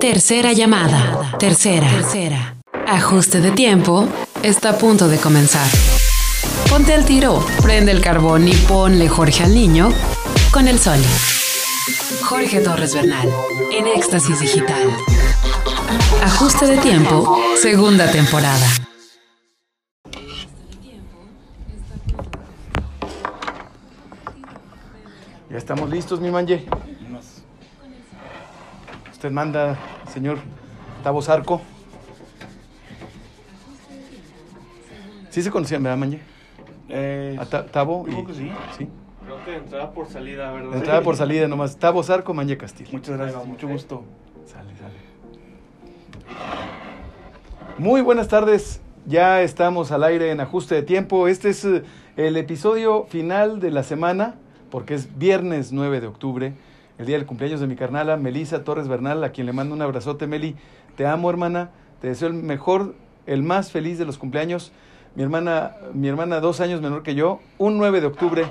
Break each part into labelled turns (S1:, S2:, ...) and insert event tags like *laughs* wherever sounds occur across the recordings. S1: Tercera llamada. Tercera. Tercera. Ajuste de tiempo. Está a punto de comenzar. Ponte al tiro, prende el carbón y ponle Jorge al niño con el sol. Jorge Torres Bernal, en Éxtasis Digital. Ajuste de tiempo, segunda temporada.
S2: Ya estamos listos, mi manje. Usted manda, señor Tavos Arco. Sí se conocían, ¿verdad, manje?
S3: Eh,
S2: A Ta- Tavo
S3: Yo creo que sí.
S2: sí.
S4: Creo que entrada por salida, ¿verdad?
S2: Entrada por salida nomás. Tavos Arco, manje Castillo.
S3: Muchas gracias, mucho gusto.
S2: Sale, sale. Muy buenas tardes. Ya estamos al aire en ajuste de tiempo. Este es eh, el episodio final de la semana, porque es viernes 9 de octubre, el día del cumpleaños de mi carnala, Melisa Torres Bernal, a quien le mando un abrazote, Meli. Te amo, hermana. Te deseo el mejor, el más feliz de los cumpleaños. Mi hermana, mi hermana dos años menor que yo, un 9 de octubre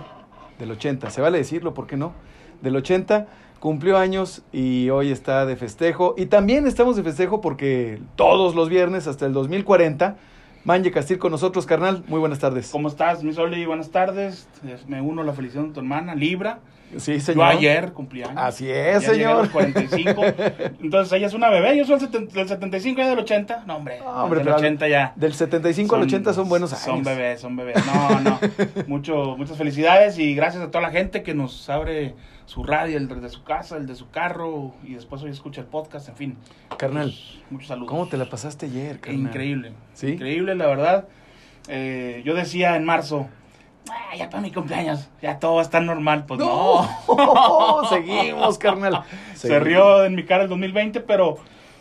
S2: del 80. Se vale decirlo, ¿por qué no? Del 80 cumplió años y hoy está de festejo. Y también estamos de festejo porque todos los viernes hasta el 2040, Manje Castil con nosotros, carnal. Muy buenas tardes.
S3: ¿Cómo estás, mi Soli? Buenas tardes. Es- Me uno a la felicidad de tu hermana, Libra.
S2: Sí,
S3: Yo
S2: señor.
S3: ayer cumplí años.
S2: Así es,
S3: Ya llegué a
S2: señor. *laughs*
S3: los 45. Entonces ella es una bebé, yo soy el seten- del 75 y del 80. No, hombre.
S2: No, hombre,
S3: del
S2: pero
S3: 80 ya.
S2: Del 75 al 80 son buenos años.
S3: Son bebés, son bebés.
S2: *laughs*
S3: No, no. Mucho, muchas felicidades y gracias a toda la gente que nos abre su radio, el de su casa, el de su carro y después hoy escucha el podcast, en fin.
S2: Carnal,
S3: Muchos, muchos saludos.
S2: ¿cómo te la pasaste ayer, carnal?
S3: Increíble.
S2: ¿Sí?
S3: Increíble, la verdad. Eh, yo decía en marzo, "Ah, ya para mi cumpleaños, ya todo va a estar normal. Pues
S2: *laughs*
S3: no. *laughs*
S2: No, seguimos, carnal.
S3: Se rió en mi cara el 2020, pero,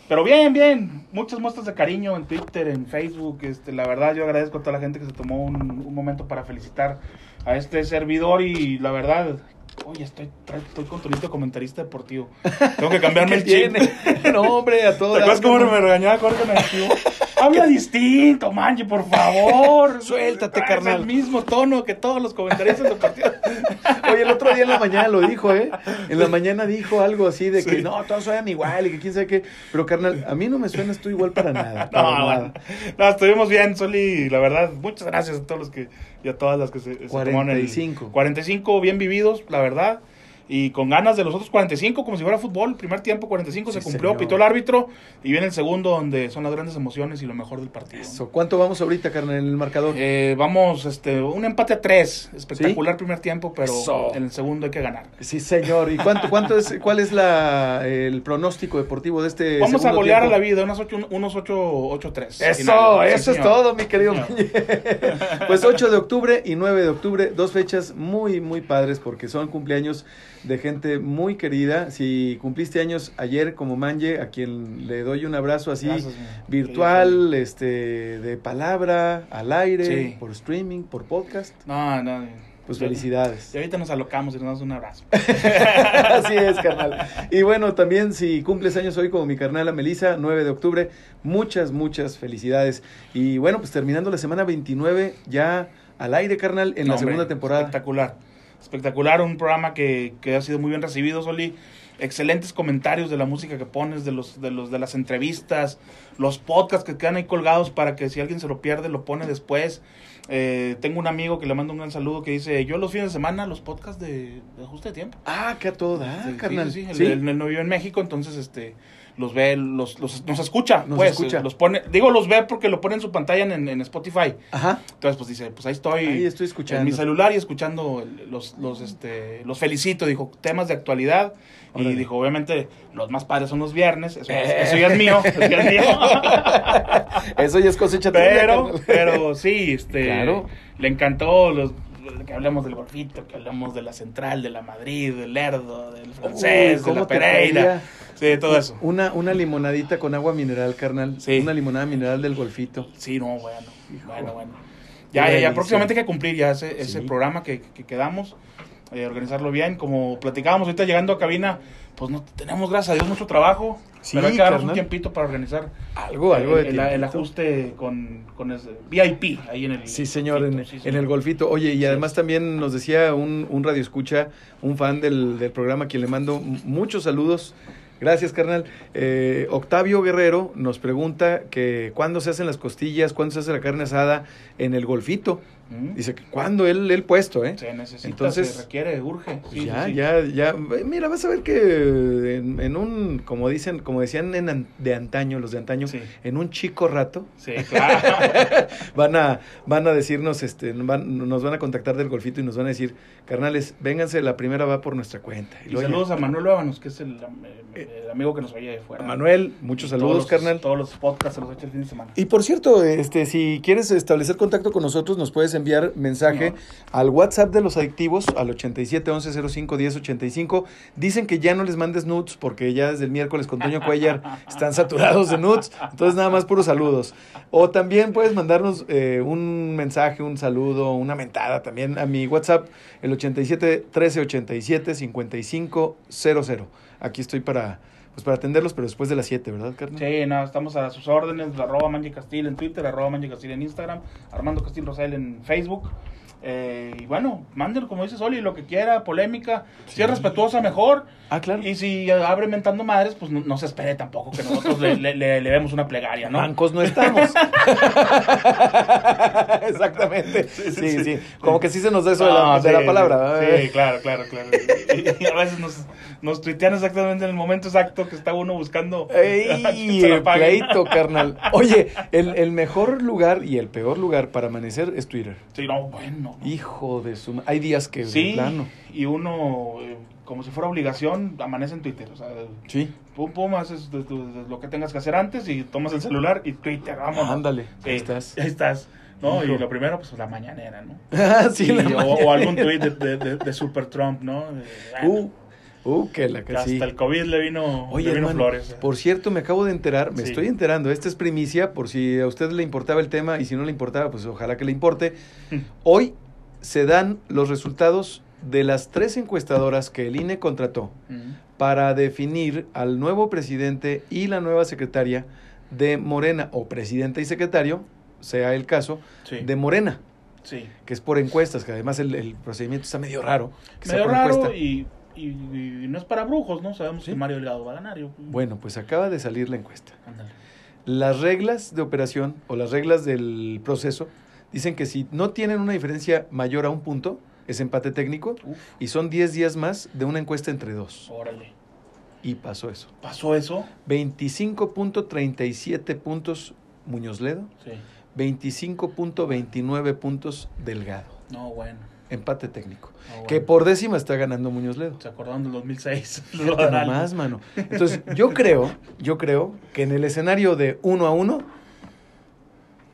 S3: pero bien, bien. Muchas muestras de cariño en Twitter, en Facebook. Este, la verdad, yo agradezco a toda la gente que se tomó un, un momento para felicitar a este servidor y la verdad... Oye, estoy, tra- estoy con tonito de comentarista deportivo. Tengo que
S2: *laughs*
S3: cambiarme
S2: ¿Qué
S3: el chip.
S2: tiene? No, hombre, a
S3: ¿Te
S2: todos.
S3: acuerdas cómo me regañaba Jorge en
S2: *laughs*
S3: el archivo? Habla distinto, manje, por favor.
S2: Suéltate,
S3: Traes
S2: carnal.
S3: el mismo tono que todos los comentaristas del
S2: *laughs*
S3: partido.
S2: Oye, el otro día en la mañana lo dijo, ¿eh? En la mañana dijo algo así de que
S3: Sí.
S2: no, todos suenan igual y que quién sabe qué. Pero, carnal, a mí no me suenas tú igual para
S3: *laughs*
S2: nada. para
S3: No,
S2: nada.
S3: bueno. No, estuvimos bien, Soli. La verdad, muchas gracias a todos los que y a todas las que se, se tomaron el
S2: 45.
S3: 45 bien vividos, la verdad. Y con ganas de los otros 45, como si fuera fútbol. Primer tiempo, 45 se
S2: Sí,
S3: cumplió,
S2: señor.
S3: pitó el árbitro. Y viene el segundo, donde son las grandes emociones y lo mejor del partido.
S2: Eso, ¿Cuánto vamos ahorita, carnal, en el marcador?
S3: Eh, vamos, este, un empate a tres. Espectacular primer tiempo, pero
S2: Eso.
S3: en el segundo hay que ganar.
S2: Sí, señor. ¿Y cuánto, cuánto es, cuál es la, el pronóstico deportivo de este
S3: Vamos a
S2: segundo
S3: golear
S2: tiempo?
S3: a la vida, unos 8 unos ocho- ocho tres.
S2: Eso,
S3: Final. Sí,
S2: eso es
S3: señor.
S2: todo, mi querido.
S3: señor.
S2: Mañe. *laughs* Pues 8 de octubre y 9 de octubre, dos fechas muy, muy padres porque son cumpleaños de gente muy querida. Si cumpliste años ayer como Manje, a quien le doy un abrazo así
S3: Gracias, señor.
S2: virtual, este, de palabra, al aire,
S3: Sí.
S2: por streaming, por podcast.
S3: No, no.
S2: Pues
S3: yo-
S2: felicidades.
S3: Y ahorita nos alocamos y nos damos un abrazo.
S2: *laughs* Así es, carnal. Y bueno, también si cumples años hoy como mi carnala Melisa, 9 de octubre, muchas, muchas felicidades. Y bueno, pues terminando la semana 29 ya al aire, carnal, en la
S3: No, hombre,
S2: segunda temporada.
S3: Espectacular. Espectacular, un programa que, que ha sido muy bien recibido, Soli. Excelentes comentarios de la música que pones, de los, de los, de las entrevistas, los podcasts que quedan ahí colgados para que si alguien se lo pierde, lo pone después. Eh, tengo un amigo que le mando un gran saludo que dice, yo los fines de semana, los podcasts de, de ajuste de tiempo.
S2: Ah, que a todo dar,
S3: Sí, sí,
S2: carnal.
S3: sí, sí,
S2: Sí.
S3: Él, él- él no vive en México, entonces este los ve, los, los- nos escucha,
S2: Nos
S3: pues,
S2: escucha.
S3: eh, los pone, digo los ve porque lo pone en su pantalla en, en Spotify.
S2: Ajá,
S3: Entonces, pues dice, pues ahí estoy,
S2: ahí estoy escuchando.
S3: en mi celular y escuchando el- los, los, este, los felicito, dijo, temas de actualidad.
S2: Órale.
S3: Y dijo, obviamente, los más padres son los viernes,
S2: *laughs*
S3: eso, eso ya es mío, eso ya es mío.
S2: Eso ya es cosecha tuya,
S3: *laughs* pero,
S2: carnal.
S3: pero sí, este,
S2: Claro.
S3: le encantó los que hablemos del golfito, que hablemos de la central, de la Madrid, del Lerdo, del
S2: Uy,
S3: francés, de
S2: ¿cómo
S3: la
S2: te
S3: Pereira,
S2: caería
S3: sí, de todo eso.
S2: Una, una limonadita con agua mineral, carnal.
S3: Sí.
S2: Una limonada mineral del golfito.
S3: Sí, no, bueno, bueno, bueno.
S2: Qué
S3: Ya, ya, ya,
S2: delicia.
S3: próximamente hay que cumplir ya ese, ese
S2: Sí.
S3: programa que, que quedamos, eh, organizarlo bien, como platicábamos ahorita llegando a cabina, pues no tenemos, gracias a Dios, mucho trabajo,
S2: Sí,
S3: pero hay que darnos
S2: carnal.
S3: un tiempito para organizar
S2: Algo, algo de
S3: el, el- el
S2: tiempito.
S3: ajuste con, con ese VIP ahí en el...
S2: Sí, señor, en,
S3: sí,
S2: en
S3: señor.
S2: el golfito. Oye, y además también nos decía un, un radio escucha, un fan del, del programa, a quien le mando m- muchos saludos, Gracias, carnal. Eh, Octavio Guerrero nos pregunta que cuándo se hacen las costillas, cuándo se hace la carne asada en el golfito.
S3: Mm.
S2: Dice que cuándo él, él puesto, ¿eh?
S3: Se necesita,
S2: Entonces-
S3: se requiere, urge.
S2: Pues
S3: Sí,
S2: ya,
S3: sí, sí.
S2: ya, ya. Eh, Mira, vas a ver que en, en un, como dicen, como decían en an- de antaño, los de antaño,
S3: Sí.
S2: en un chico rato,
S3: Sí, claro.
S2: van a, van a decirnos, este, van- nos van a contactar del golfito y nos van a decir, carnales, vénganse, la primera va por nuestra cuenta. *laughs* Y
S3: Y
S2: luego ya-
S3: saludos a Manuel Ábanos, que es el, eh, el amigo que nos oye de fuera.
S2: Manuel, muchos
S3: Todos
S2: saludos,
S3: los-
S2: carnal.
S3: Todos los podcasts se los echa el fin de semana.
S2: Y por cierto, este, si quieres establecer contacto con nosotros, nos puedes enviar mensaje al WhatsApp de los adictivos al 87 11 05 10 85. Dicen que ya no les mandes nudes porque ya desde el miércoles con Toño Cuellar están saturados de nudes. Entonces, nada más puros saludos. O también puedes mandarnos eh, un mensaje, un saludo, una mentada también a mi WhatsApp, el 87 13 87 55 00. Aquí estoy para, pues, para atenderlos, pero después de las 7, ¿verdad, carnal?
S3: Sí, no, estamos a sus órdenes, arroba Manje Castil en Twitter, arroba Manje Castil en Instagram, Armando Castil Rosel en Facebook. Eh, y bueno, mándenlo como dice Soli, lo que quiera, polémica, si es respetuosa, mejor.
S2: Ah, claro.
S3: Y si abre mentando madres, pues no, no se espere tampoco que nosotros le, le, le- le demos una plegaria, ¿no?
S2: Bancos no
S3: *laughs*
S2: estamos. Exactamente. Sí, sí, Como que sí se nos da eso de la,
S3: Ah,
S2: de
S3: sí,
S2: la palabra. ¿eh?
S3: Sí, claro, claro, claro. Y, y a veces nos, nos tuitean exactamente en el momento exacto que está uno buscando. *laughs*
S2: Ey,
S3: se la
S2: el
S3: paguen.
S2: pleito, carnal. Oye,
S3: *laughs*
S2: el, el mejor lugar y el peor lugar para amanecer es Twitter.
S3: Sí, no, bueno.
S2: Hijo de su... ma- Hay días que... de
S3: Sí,
S2: plano.
S3: y uno, eh, como si fuera obligación, amanece en Twitter. O sea,
S2: Sí.
S3: pum, pum, haces de- de- de lo que tengas que hacer antes y tomas el celular y Twitter, vámonos.
S2: Ándale.
S3: Sí,
S2: Ah, Ahí estás.
S3: Ahí estás. No,
S2: Hijo.
S3: y lo primero, pues la mañanera, ¿no?
S2: Ah, *laughs* sí,
S3: Y-
S2: la
S3: o,
S2: mañana.
S3: o algún tweet de, de, de- de Super Trump, ¿no? De, bueno,
S2: Uh, uh, que la
S3: que
S2: que
S3: hasta
S2: sí.
S3: el COVID le vino,
S2: Oye,
S3: le vino
S2: hermano,
S3: flores. eh.
S2: por cierto, me acabo de enterar, me
S3: Sí.
S2: estoy enterando, esta es primicia, por si a usted le importaba el tema y si no le importaba, pues ojalá que le importe.
S3: Mm.
S2: Hoy se dan los resultados de las tres encuestadoras que el INE contrató
S3: Mm.
S2: para definir al nuevo presidente y la nueva secretaria de Morena, o presidente y secretario, sea el caso,
S3: Sí.
S2: de Morena,
S3: sí.
S2: que es por encuestas, que además el, el procedimiento está medio raro. que sea
S3: Medio
S2: por
S3: raro
S2: encuesta.
S3: y, y- y no es para brujos, ¿no? Sabemos
S2: Sí.
S3: que Mario Delgado va a ganar. yo-
S2: Bueno, pues acaba de salir la encuesta.
S3: Ándale.
S2: Las reglas de operación o las reglas del proceso dicen que si no tienen una diferencia mayor a un punto, es empate técnico
S3: Uf,
S2: y son 10 días más de una encuesta entre dos.
S3: órale.
S2: Y pasó eso.
S3: ¿Pasó eso?
S2: 25.37 puntos Muñoz Ledo,
S3: Sí.
S2: 25.29 puntos Delgado.
S3: No, bueno.
S2: Empate técnico.
S3: no, bueno.
S2: Que por décima está ganando Muñoz Ledo.
S3: Se acordaron del 2006.
S2: *laughs* Fíjate nomás, mano. Entonces, yo creo, yo creo que en el escenario de uno a uno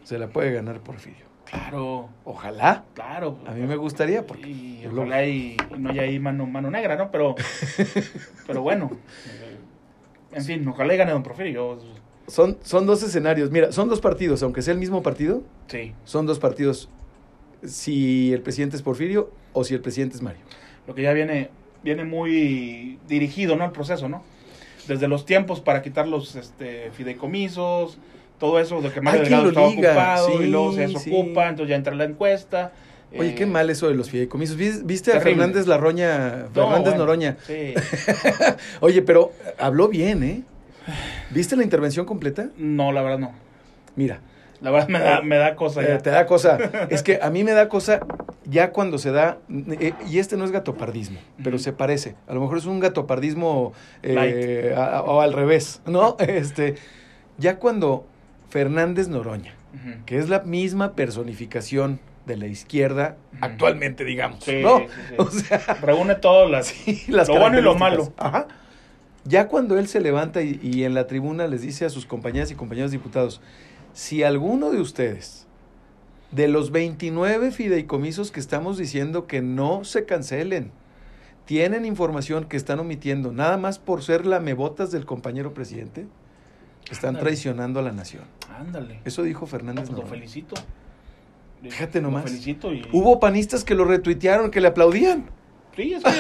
S2: se la puede ganar Porfirio.
S3: Claro,
S2: Ojalá.
S3: claro.
S2: A mí me gustaría porque
S3: Y
S2: es lo-
S3: ojalá y, y no haya ahí mano, mano negra,
S2: *laughs*
S3: ¿no? Pero, pero bueno. eh, En fin, ojalá y gane Don Porfirio. Yo,
S2: son, son dos escenarios. Mira, son dos partidos, aunque sea el mismo partido,
S3: sí.
S2: son dos partidos. Si el presidente es Porfirio o si el presidente es Mario.
S3: lo que ya viene, viene muy dirigido, ¿no? El proceso, ¿no? Desde los tiempos para quitar los este, fideicomisos, todo eso de que Mario
S2: Ay, ¿quién
S3: Delgado
S2: lo
S3: estaba
S2: liga?
S3: ocupado
S2: Sí,
S3: y luego se
S2: sí.
S3: desocupa, entonces ya entra la encuesta.
S2: Oye,
S3: eh,
S2: qué mal eso de los fideicomisos. ¿Vis- ¿Viste a
S3: terrible.
S2: Fernández Larroña,
S3: no,
S2: Fernández
S3: bueno,
S2: Noroña?
S3: Sí.
S2: Oye, pero habló bien, ¿eh? ¿Viste la intervención completa?
S3: No, la verdad no.
S2: Mira,
S3: La verdad me da, me da cosa
S2: Eh,
S3: ya.
S2: te da cosa. Es que a mí me da cosa ya cuando se da, eh, y este no es gatopardismo, pero
S3: Ujú.
S2: se parece. A lo mejor es un gatopardismo eh, a- a- o al revés, ¿no? Este, ya cuando Fernández Noroña,
S3: Ujú.
S2: que es la misma personificación de la izquierda
S3: Ujú.
S2: actualmente, digamos,
S3: Sí,
S2: ¿no?
S3: sí, sí.
S2: O sea,
S3: Reúne todas las...
S2: sí, *laughs* las
S3: Lo bueno y lo
S2: características.
S3: malo.
S2: Ajá. Ya cuando él se levanta y, y en la tribuna les dice a sus compañeras y compañeros diputados, si alguno de ustedes, de los 29 fideicomisos que estamos diciendo que no se cancelen, tienen información que están omitiendo, nada más por ser lamebotas del compañero presidente, están
S3: Ándale.
S2: traicionando a la nación.
S3: Ándale.
S2: Eso dijo Fernández
S3: Pues lo
S2: Noroña.
S3: felicito.
S2: Fíjate
S3: Lo
S2: nomás.
S3: felicito y...
S2: Hubo panistas que lo retuitearon, que le aplaudían.
S3: Sí, es que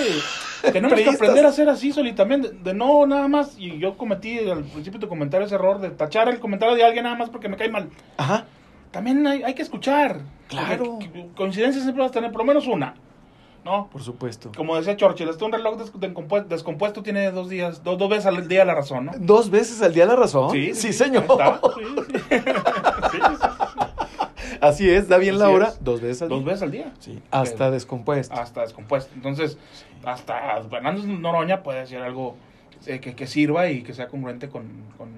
S2: *laughs*
S3: tenemos que
S2: Priistas.
S3: aprender a ser así, Soli, también, de, de no nada más, y yo cometí al principio de tu comentario ese error de tachar el comentario de alguien nada más porque me cae mal.
S2: Ajá.
S3: También hay, hay que escuchar.
S2: Claro.
S3: Porque c- coincidencias siempre vas a tener, por lo menos una. ¿no? Pues,
S2: Por supuesto.
S3: Como decía Churchill, hasta un reloj des- descompu- descompuesto tiene dos días, dos, dos veces al día la razón, ¿no?
S2: Dos veces al día la razón. Sí, señor.
S3: ahí
S2: *laughs*
S3: está, sí, sí. Sí, sí, sí.
S2: Así es, da bien la
S3: Así
S2: hora.
S3: es.
S2: Dos veces al
S3: Dos
S2: día.
S3: veces Ah, al día.
S2: Sí, hasta
S3: Pero-
S2: descompuesto.
S3: hasta descompuesto. Entonces, hasta Fernández Noroña puede decir algo eh, que, que sirva y que sea congruente con, con,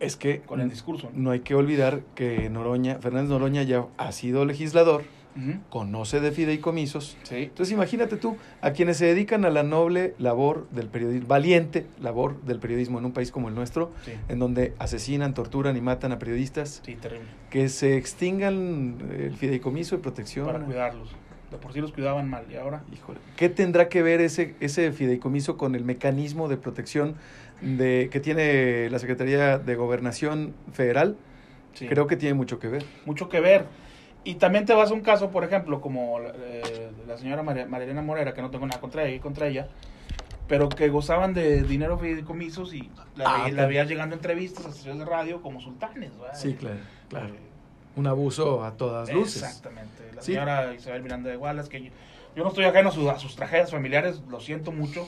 S2: Es que
S3: con el discurso. ¿no?
S2: no hay que olvidar que Noroña, Fernández Noroña ya ha sido legislador,
S3: Ujú.
S2: conoce de fideicomisos.
S3: Sí,
S2: Entonces imagínate tú, a quienes se dedican a la noble labor del periodismo, valiente labor del periodismo en un país como el nuestro,
S3: sí,
S2: en donde asesinan, torturan y matan a periodistas,
S3: sí, terrible.
S2: que se extingan el fideicomiso de protección.
S3: Para cuidarlos. De por sí los cuidaban mal y ahora.
S2: Híjole, ¿qué tendrá que ver ese, ese fideicomiso con el mecanismo de protección de, que tiene la Secretaría de Gobernación Federal?
S3: sí,
S2: Creo que tiene mucho que ver.
S3: Mucho que ver. Y también te vas a un caso, por ejemplo, como eh, la señora María, Marilena Morera, que no tengo nada contra ella, contra ella, pero que gozaban de dinero fideicomisos y la,
S2: Ah,
S3: veía- la
S2: claro.
S3: veía llegando a entrevistas a estaciones de radio como sultanes. ¿verdad? Eh,
S2: Un abuso a todas
S3: Exactamente. La
S2: Sí.
S3: señora Isabel Miranda de Wallace, que yo, yo no estoy ajeno a, sus- a sus tragedias familiares, lo siento mucho,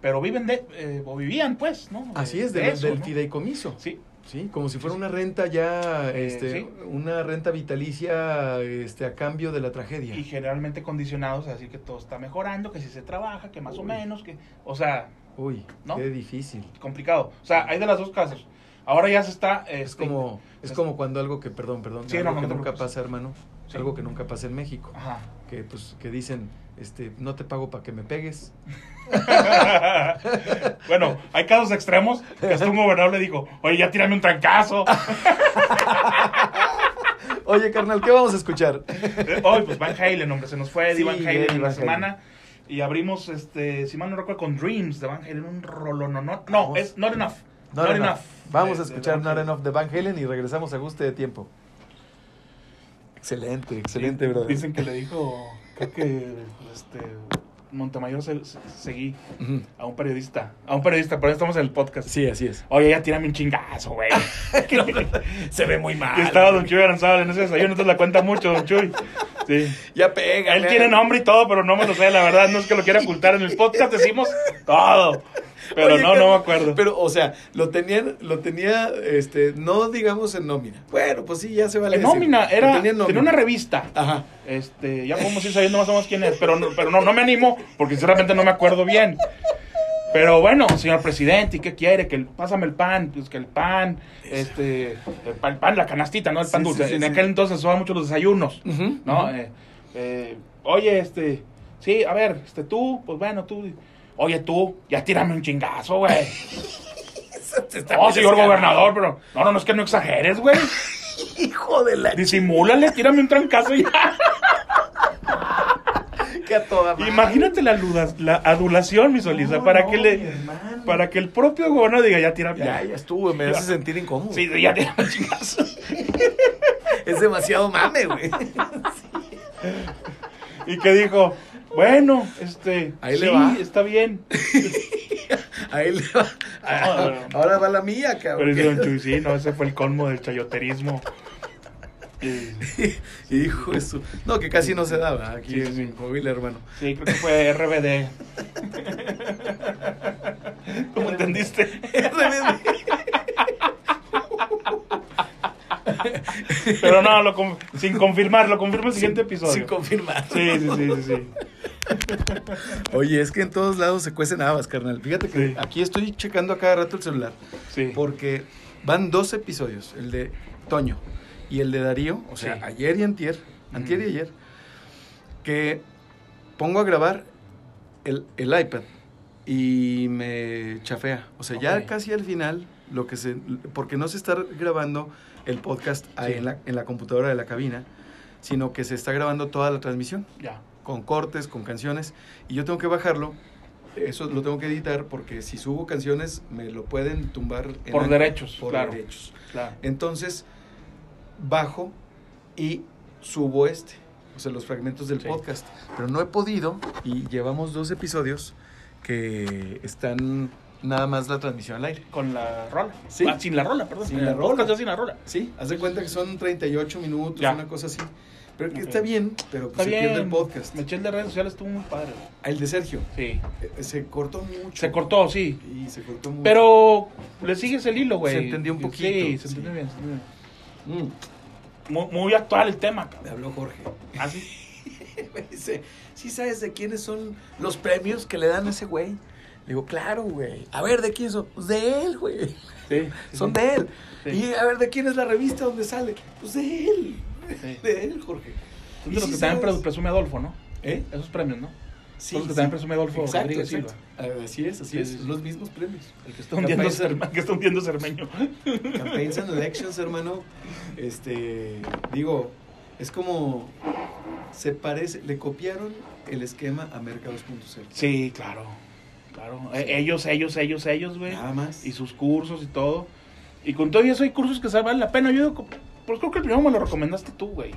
S3: pero viven de, eh, o vivían pues, ¿no?
S2: Así es, de-
S3: eso,
S2: del
S3: ¿no?
S2: fideicomiso.
S3: Sí,
S2: Sí, como si fuera una renta ya,
S3: Eh,
S2: este,
S3: sí.
S2: una renta vitalicia este, a cambio de la tragedia.
S3: y generalmente condicionados a decir que todo está mejorando, que si se trabaja, que más o menos, que, o sea,
S2: Uy,
S3: ¿No?
S2: qué difícil.
S3: complicado. O sea, hay de las dos casos. Ahora ya se está...
S2: Es
S3: este,
S2: como, es
S3: es-
S2: como cuando algo que, perdón, perdón,
S3: Sí,
S2: algo
S3: no, no
S2: que
S3: te
S2: nunca
S3: preocupes.
S2: pasa, hermano,
S3: Sí.
S2: algo que nunca pasa en México.
S3: Ajá. *laughs*
S2: que pues que dicen este no te pago para que me pegues
S3: bueno, hay casos extremos que hasta un gobernador le dijo, oye, ya tírame un trancazo.
S2: oye carnal qué vamos a
S3: *laughs*
S2: escuchar
S3: Eh, Hoy, pues Van Halen, hombre, se nos fue Eddie
S2: Sí,
S3: Van Halen
S2: Eddie
S3: en la
S2: Van
S3: semana. Y abrimos, este, si mal no recuerdo, con Dreams de Van Halen, un rollo. No, no, no
S2: Vamos.
S3: es Not Enough.
S2: Not Enough. vamos a
S3: de- de
S2: escuchar
S3: Van
S2: Not
S3: Halen.
S2: Enough de Van Halen y regresamos a gusto de tiempo excelente excelente
S3: Sí,
S2: brother
S3: Dicen que le dijo, creo que este, Montemayor se- se- seguí
S2: Ujú.
S3: a un periodista. A un periodista, pero estamos en el podcast.
S2: sí así es
S3: Oye, ya tírame un
S2: *laughs*
S3: chingazo, güey.
S2: se ve muy mal
S3: *laughs* y estaba Don Chuy Aranzabal en ese desayuno, entonces la cuenta mucho, Don Chuy. Sí.
S2: ya pega
S3: Él tiene nombre y todo, pero no me lo sé, la verdad, no es que lo quiera ocultar. En el podcast decimos todo. Pero
S2: Oye,
S3: no, no me
S2: carnal,
S3: acuerdo.
S2: pero o sea lo tenían lo tenía este no digamos en nómina bueno pues sí ya se vale
S3: En
S2: decir.
S3: nómina,
S2: Lo
S3: era,
S2: tenía en
S3: tenía
S2: nómina.
S3: una revista.
S2: ajá
S3: Este, ya podemos ir sabiendo más o menos quién es, pero no, pero no, no me animo, porque sinceramente no me acuerdo bien. Pero bueno, señor presidente, ¿y qué quiere? Que el- pásame el pan, pues que el pan, este, el pan, el pan, la canastita, ¿no? El pan
S2: Sí,
S3: dulce.
S2: sí, sí,
S3: en
S2: sí.
S3: aquel entonces se usaban mucho los desayunos.
S2: Ujú,
S3: ¿no? Eh, eh, oye, este, sí, a ver, este, tú, pues bueno, tú, oye, tú, ya tírame un chingazo, güey.
S2: *laughs* Está
S3: No,
S2: muy
S3: señor
S2: descarado.
S3: gobernador, pero, no, no, no, es que no
S2: *laughs*
S3: exageres, güey.
S2: hijo de la
S3: Disimúlale, tírame un trancazo
S2: *laughs*
S3: y ya.
S2: chica toda madre.
S3: Imagínate la, aludas- la adulación, mi Solisa,
S2: No,
S3: para
S2: no,
S3: que le,
S2: mi hermano.
S3: para que el propio gobernador diga, ya
S2: *laughs*
S3: tírame.
S2: Ya, ya estuvo, me hace sentir incómodo.
S3: Sí, ya tírame un chingazo.
S2: Es demasiado mame,
S3: *laughs*
S2: güey.
S3: Y que dijo, bueno, este,
S2: Ahí
S3: sí,
S2: le va.
S3: está bien.
S2: *laughs* Ahí le va. Ah, Ahora va la mía,
S3: Pero
S2: cabrón.
S3: dice
S2: *laughs*
S3: Don Chuy, sí, no, ese fue el colmo del chayoterismo. Y-
S2: Hijo de su- No, que casi no se daba aquí
S3: Sí, sí,
S2: en
S3: sí.
S2: Coahuila, hermano. *laughs*
S3: Sí, creo que fue RBD. ¿Cómo entendiste? Pero no, lo con- sin confirmar, lo confirma el siguiente
S2: Sin
S3: episodio.
S2: confirmar.
S3: Sí, sí, sí, sí, sí.
S2: Oye, es que en todos lados se cuecen habas, carnal. Fíjate que
S3: Sí.
S2: aquí estoy checando a cada rato el celular.
S3: Sí.
S2: Porque van dos episodios, el de Toño y el de Darío, o sea,
S3: Sí.
S2: ayer y antier, antier y
S3: Ujú.
S2: ayer, que pongo a grabar el, el iPad y me chafea. O sea,
S3: Ok.
S2: ya casi al final, lo que se, porque no se está grabando el podcast ahí
S3: Sí.
S2: en, la, en la computadora de la cabina, sino que se está grabando toda la transmisión
S3: Ya.
S2: con cortes, con canciones, y yo tengo que bajarlo. Eso lo tengo que editar porque si subo canciones me lo pueden tumbar en
S3: Por
S2: Anchor,
S3: derechos,
S2: por
S3: claro.
S2: derechos.
S3: Claro.
S2: Entonces bajo y subo este, o sea, los fragmentos del
S3: Sí.
S2: podcast, pero no he podido y llevamos dos episodios que están nada más la transmisión al aire.
S3: Con la rola.
S2: Sí.
S3: Ah, sin la rola, perdón.
S2: Sin la
S3: El podcast
S2: rola.
S3: ya sin la rola.
S2: Sí, haz de cuenta que son 38 minutos,
S3: Ya.
S2: una cosa así. Pero que
S3: Ok.
S2: está bien, pero que
S3: Está
S2: se
S3: bien.
S2: pierde el podcast.
S3: Mechel de redes sociales estuvo muy padre.
S2: El de Sergio.
S3: Sí.
S2: eh, Se cortó mucho.
S3: Se cortó, sí.
S2: Y se cortó mucho.
S3: Pero le sigues el hilo, güey.
S2: Se entendió un poquito,
S3: Sí, se
S2: sí.
S3: entendió bien. se entendió bien.
S5: Mm.
S3: Muy, muy actual el tema,
S2: Me
S3: cabrón. Ah,
S2: habló Jorge. *laughs*
S3: Así.
S2: Me dice, ¿sí sabes de quiénes son los premios que le dan a ese güey? Le digo, claro, güey. A ver, ¿de quién son? Pues de él, güey. *laughs*
S3: Sí.
S2: Son de él.
S3: Sí.
S2: Y a ver, ¿de quién es la revista donde sale? Pues de él.
S3: Sí.
S2: *laughs* De él, Jorge.
S3: Son
S2: Y
S3: de los
S2: sí
S3: que también
S2: sabes-
S3: pre- presume Adolfo, ¿no?
S2: ¿Eh?
S3: Esos premios, ¿no?
S2: Sí,
S3: Son los que
S2: sí.
S3: también presume Adolfo
S2: Exacto,
S3: Rodríguez
S2: exacto.
S3: Silva.
S2: Ah, Así es, así
S3: Sí,
S2: es.
S3: sí, sí.
S2: Los mismos premios.
S3: El que está hundiendo,
S2: Capaz-
S3: Cerme- el que está hundiendo Cermeño.
S2: Campaigns and elections, hermano. Este, digo, es como se parece, le copiaron el esquema a Merca 2.0.
S3: Sí, claro. Claro. E- Ellos, ellos, ellos, ellos, güey.
S2: Nada más.
S3: y sus cursos y todo. Y con todo eso hay cursos que valen la pena. Yo digo, pues creo que el primero me lo recomendaste tú, güey.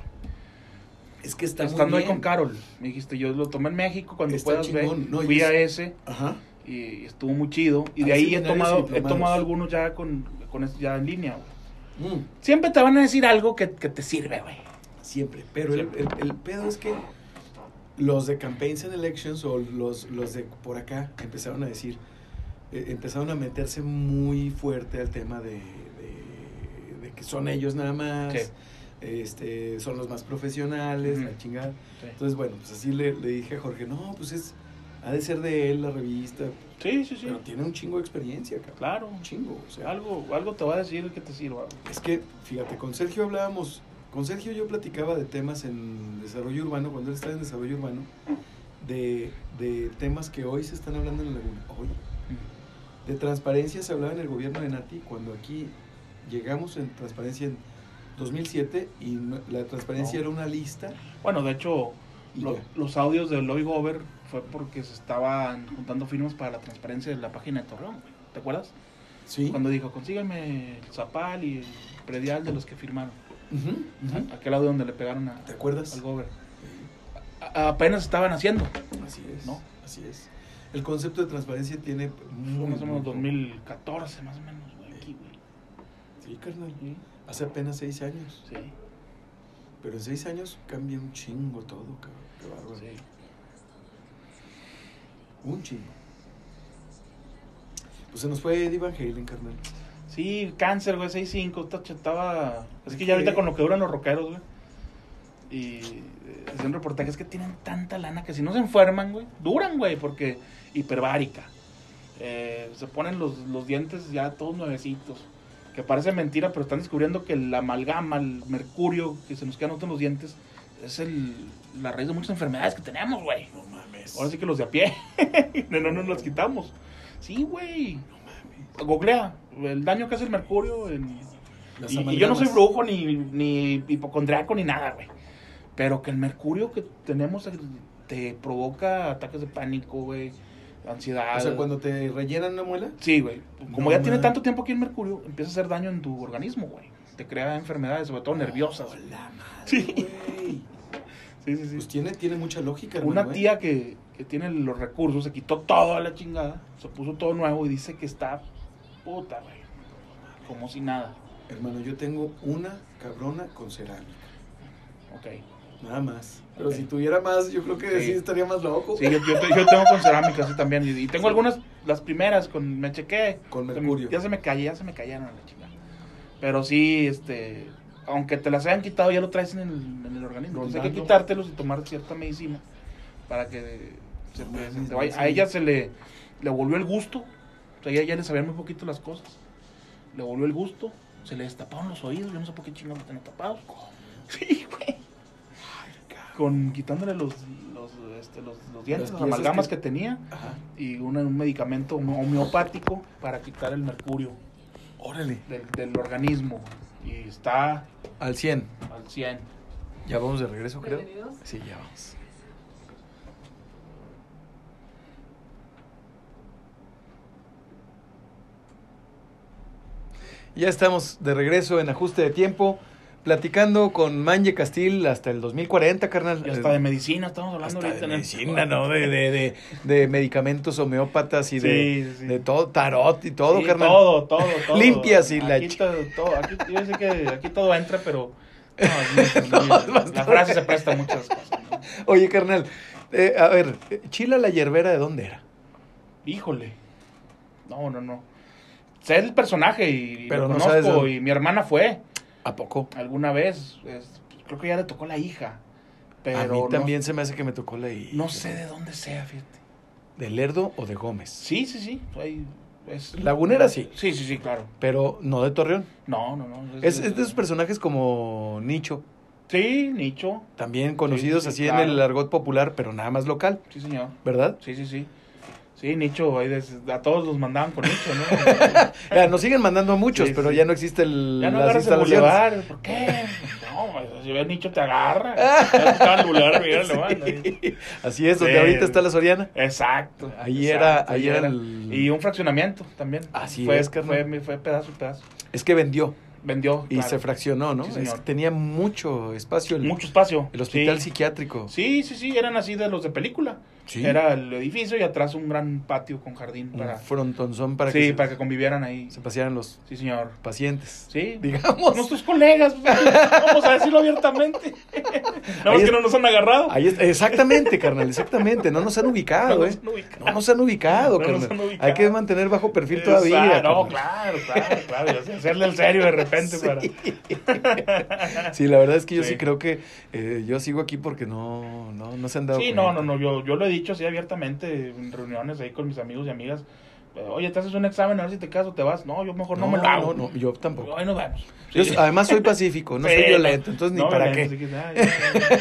S2: es que está
S3: Estando
S2: muy
S3: ahí
S2: bien.
S3: con Carol. Me dijiste, yo lo tomé en México cuando
S2: Está
S3: puedas ver.
S2: chingón. No,
S3: Fui
S2: yo
S3: a
S2: sé.
S3: ese
S2: Ajá.
S3: y estuvo muy chido. Y de
S2: Hay
S3: ahí he
S2: seminarios y
S3: tomado, he
S2: diplomados.
S3: tomado algunos ya con, con esto ya en línea, güey.
S2: Mm,
S3: Siempre te van a decir algo que, que te sirve, güey.
S2: siempre. Pero el-
S3: Siempre.
S2: El, el pedo es que los de Campaigns and Elections o los, los de por acá empezaron a decir, eh, empezaron a meterse muy fuerte al tema de, de- de que son ellos nada más.
S3: Sí.
S2: Este, son los más profesionales,
S3: Ujú.
S2: la chingada.
S3: Sí,
S2: Entonces, bueno, pues así le, le dije a Jorge, no, pues es, ha de ser de él la revista,
S3: sí, sí. sí.
S2: pero tiene un chingo de experiencia, cabrón.
S3: Claro.
S2: Un chingo, o sea.
S3: Algo, algo te va a decir que te sirva. güey.
S2: Es que, fíjate, con Sergio hablábamos, con Sergio yo platicaba de temas en desarrollo urbano, cuando él estaba en desarrollo urbano, de, de temas que hoy se están hablando en la laguna, hoy. De transparencia se hablaba en el gobierno de Nati cuando aquí llegamos en transparencia en 2007 y no- la transparencia
S3: No.
S2: era una lista
S3: Bueno, de hecho,
S2: y
S3: Lo-
S2: ya.
S3: los audios del Lobby Gover fue porque se estaban juntando firmas para la transparencia de la página de Torreón, güey. ¿Te acuerdas?
S2: Sí.
S3: Cuando dijo, consígueme el Zapal y el predial de los que firmaron.
S2: Ujú, ujú.
S3: Aquel audio donde le pegaron a-
S2: ¿Te acuerdas?
S3: al Gover. A- apenas estaban haciendo.
S2: Así es.
S3: ¿No?
S2: Así es. El concepto de transparencia tiene
S3: Fue
S2: muy,
S3: más o menos
S2: muy poco.
S3: 2014, más o menos, güey, aquí, güey.
S2: Sí, carnal.
S3: Sí,
S2: Hace apenas seis años.
S3: sí,
S2: Pero en seis años cambia un chingo todo, cabrón. Qué bárbaro.
S3: sí.
S2: Un chingo. Pues se nos fue Eddie Van Halen, carnal.
S3: Sí, cáncer, güey, 6-5, esta ch- estaba... Es que
S2: Sí.
S3: ya ahorita con lo que duran los rockeros, güey. Y eh, hacen reportajes que tienen tanta lana que si no se enferman, güey, duran, güey, porque hiperbárica. Eh, se ponen los, los dientes ya todos nuevecitos. Que parece mentira, pero están descubriendo que la amalgama, el mercurio que se nos queda nosotros en los dientes, es el, la raíz de muchas enfermedades que tenemos, güey.
S2: No mames.
S3: Ahora sí que los de a pie, *laughs* no no nos los quitamos. Sí, güey. Googlea el daño que hace el mercurio. en-
S2: Las
S3: Y, y yo no
S2: amalgamas.
S3: soy brujo ni, ni hipocondriaco ni nada, güey. Pero que el mercurio que tenemos eh, te provoca ataques de pánico, güey. Ansiedad.
S2: O sea, cuando te rellenan una muela.
S3: Sí, güey. Como
S2: No
S3: ya tiene
S2: mames.
S3: tanto tiempo aquí el mercurio, empieza a hacer daño en tu organismo, güey. Te crea enfermedades, sobre todo nerviosas. güey.
S2: Hola, madre.
S3: *laughs* Sí.
S2: güey.
S3: Sí, sí, sí.
S2: *laughs* Pues tiene, tiene mucha lógica, hermano.
S3: Una
S2: ¿eh?
S3: tía que, que tiene los recursos se quitó todo a la chingada, se puso todo nuevo y dice que está puta, güey. Como si nada.
S2: Hermano, yo tengo una cabrona con cerámica.
S3: Ok.
S2: Nada más. Pero
S3: Ok.
S2: si tuviera más, yo creo que sí,
S3: Sí.
S2: estaría más loco.
S3: Sí, yo, yo- yo tengo con cerámica así también. Y, y tengo algunas, las primeras, con me chequé.
S2: Con
S3: Se me-
S2: mercurio.
S3: Ya se me cayó, ya se me cayeron a la chingada. Pero sí, este. Aunque te las hayan quitado, ya lo traes en el, en el organismo. Entonces hay que
S2: Rondando.
S3: quitártelos y tomar cierta medicina para que se
S2: No
S3: te-
S2: mames,
S3: se te
S2: no
S3: vaya. A
S2: sabía.
S3: ella se le, le volvió el gusto. O sea, ella ya le sabían muy poquito las cosas. Le volvió el gusto. Se le destaparon los oídos. Yo no sé por qué chingados lo tienen tapados. Sí, güey. Con quitándole los, los, este, los, los dientes,
S2: Las piezas
S3: las amalgamas
S2: que-
S3: que tenía
S2: Ajá.
S3: y un, un medicamento homeopático para quitar el mercurio
S2: Órale.
S3: del, del organismo. Y está
S2: Al 100.
S3: al 100.
S2: Ya vamos de regreso, creo.
S6: Bienvenidos.
S2: Sí, ya vamos.
S5: Ya estamos de regreso en ajuste de tiempo, platicando con Manje Castil hasta el 2040, carnal. Eh,
S3: Y hasta de medicina, estamos hablando
S5: Hasta de
S3: ahorita. en el-
S5: medicina, ¿no? De, de,
S3: *laughs*
S5: de, de medicamentos homeópatas y de,
S3: Sí, sí.
S5: de todo, tarot y todo,
S3: Sí,
S2: *laughs*
S5: carnal.
S3: Todo, todo, todo.
S5: Limpias y la
S3: Aquí
S5: ch-
S2: *laughs*
S3: todo, todo. Aquí, yo sé que aquí todo entra, pero No, es muy- es muy- la frase se presta a muchas cosas. ¿no?
S2: Oye, carnal, eh, a ver, eh, Chila la hierbera, ¿de dónde era?
S3: Híjole. No, no, no. Sé el personaje y
S2: Pero
S3: lo
S2: no sabes
S3: conozco.
S2: dónde.
S3: Y mi hermana fue
S2: ¿A poco?
S3: alguna vez. es- pues, creo que ya le tocó la hija. Pero
S2: a mí
S3: no-
S2: también se me hace que me tocó la
S3: No, sé de dónde sea, fíjate.
S2: ¿De Lerdo o de Gómez?
S3: Sí, sí, sí. ahí es-
S2: Lagunera sí,
S3: Sí, sí, sí, claro.
S2: pero no de Torreón.
S3: No, no, no.
S2: Es, es de esos personajes como Nicho,
S3: Sí, Nicho.
S2: también conocidos
S3: sí,
S2: así en
S3: claro.
S2: el argot popular, pero nada más local,
S3: Sí, señor.
S2: ¿verdad?
S3: Sí, sí, sí. Sí, Nicho. ahí des- a todos los mandaban con Nicho,
S2: *laughs*
S3: ¿no?
S2: Ya, Ah, nos siguen mandando muchos,
S3: Sí,
S2: pero
S3: sí.
S2: ya no existe el,
S3: Ya no
S2: las
S3: agarras el
S2: instalaciones.
S3: bulevar. ¿Por qué? No, pues, si ves Nicho te agarra. Ya estaba el bulevar, mira, lo
S2: *laughs*
S3: manda.
S2: Sí. *laughs* Así es, donde
S3: Sí.
S2: ahorita está la Soriana.
S3: Exacto.
S2: Ahí
S3: exacto,
S2: era- ahí era el-
S3: Y un fraccionamiento también.
S2: Así
S3: fue,
S2: es, carnal.
S3: fue, mi- fue pedazo, pedazo.
S2: Es que vendió
S3: Vendió.
S2: y
S3: claro.
S2: se fraccionó, ¿no?
S3: Sí,
S2: Es
S3: señor.
S2: que tenía mucho espacio el,
S3: Mucho espacio.
S2: el hospital
S3: sí.
S2: psiquiátrico.
S3: sí, sí, sí, eran así de los de película.
S2: Sí.
S3: Era el edificio y atrás un gran patio con jardín
S2: Un
S3: para,
S2: frontonzón para
S3: sí,
S2: que, se,
S3: para que convivieran ahí.
S2: se pasearan los
S3: Sí, señor.
S2: pacientes.
S3: Sí.
S2: Digamos.
S3: Nuestros colegas, pues, vamos a decirlo abiertamente. Nada
S2: Ahí
S3: más
S2: es-
S3: que no nos han agarrado.
S2: Ahí es- exactamente, carnal, exactamente. No nos han ubicado,
S3: No
S2: ¿eh?
S3: nos han ubicado.
S2: No nos han ubicado,
S3: No nos
S2: carnal.
S3: han ubicado.
S2: Hay que mantener bajo perfil
S3: Exacto,
S2: todavía.
S3: No,
S2: carnal.
S3: claro, claro, claro. y así Hacerle el serio de repente para.
S2: Sí, la verdad es que yo sí,
S3: Sí.
S2: creo que eh, yo sigo aquí porque no, no, no se han dado
S3: Sí,
S2: cuenta.
S3: no, no, no, yo, yo lo he dicho así abiertamente en reuniones ahí con mis amigos y amigas. eh, Oye, te haces un examen, a ver si te caso, te vas. No, yo mejor no, me lo hago.
S2: no, no, yo tampoco.
S3: Ahí nos vamos.
S2: Yo
S3: Sí.
S2: s- además soy pacífico, no
S3: Sí,
S2: soy violento, entonces ni
S3: no
S2: para
S3: violento,
S2: qué.
S3: así que, ah, ya, ya,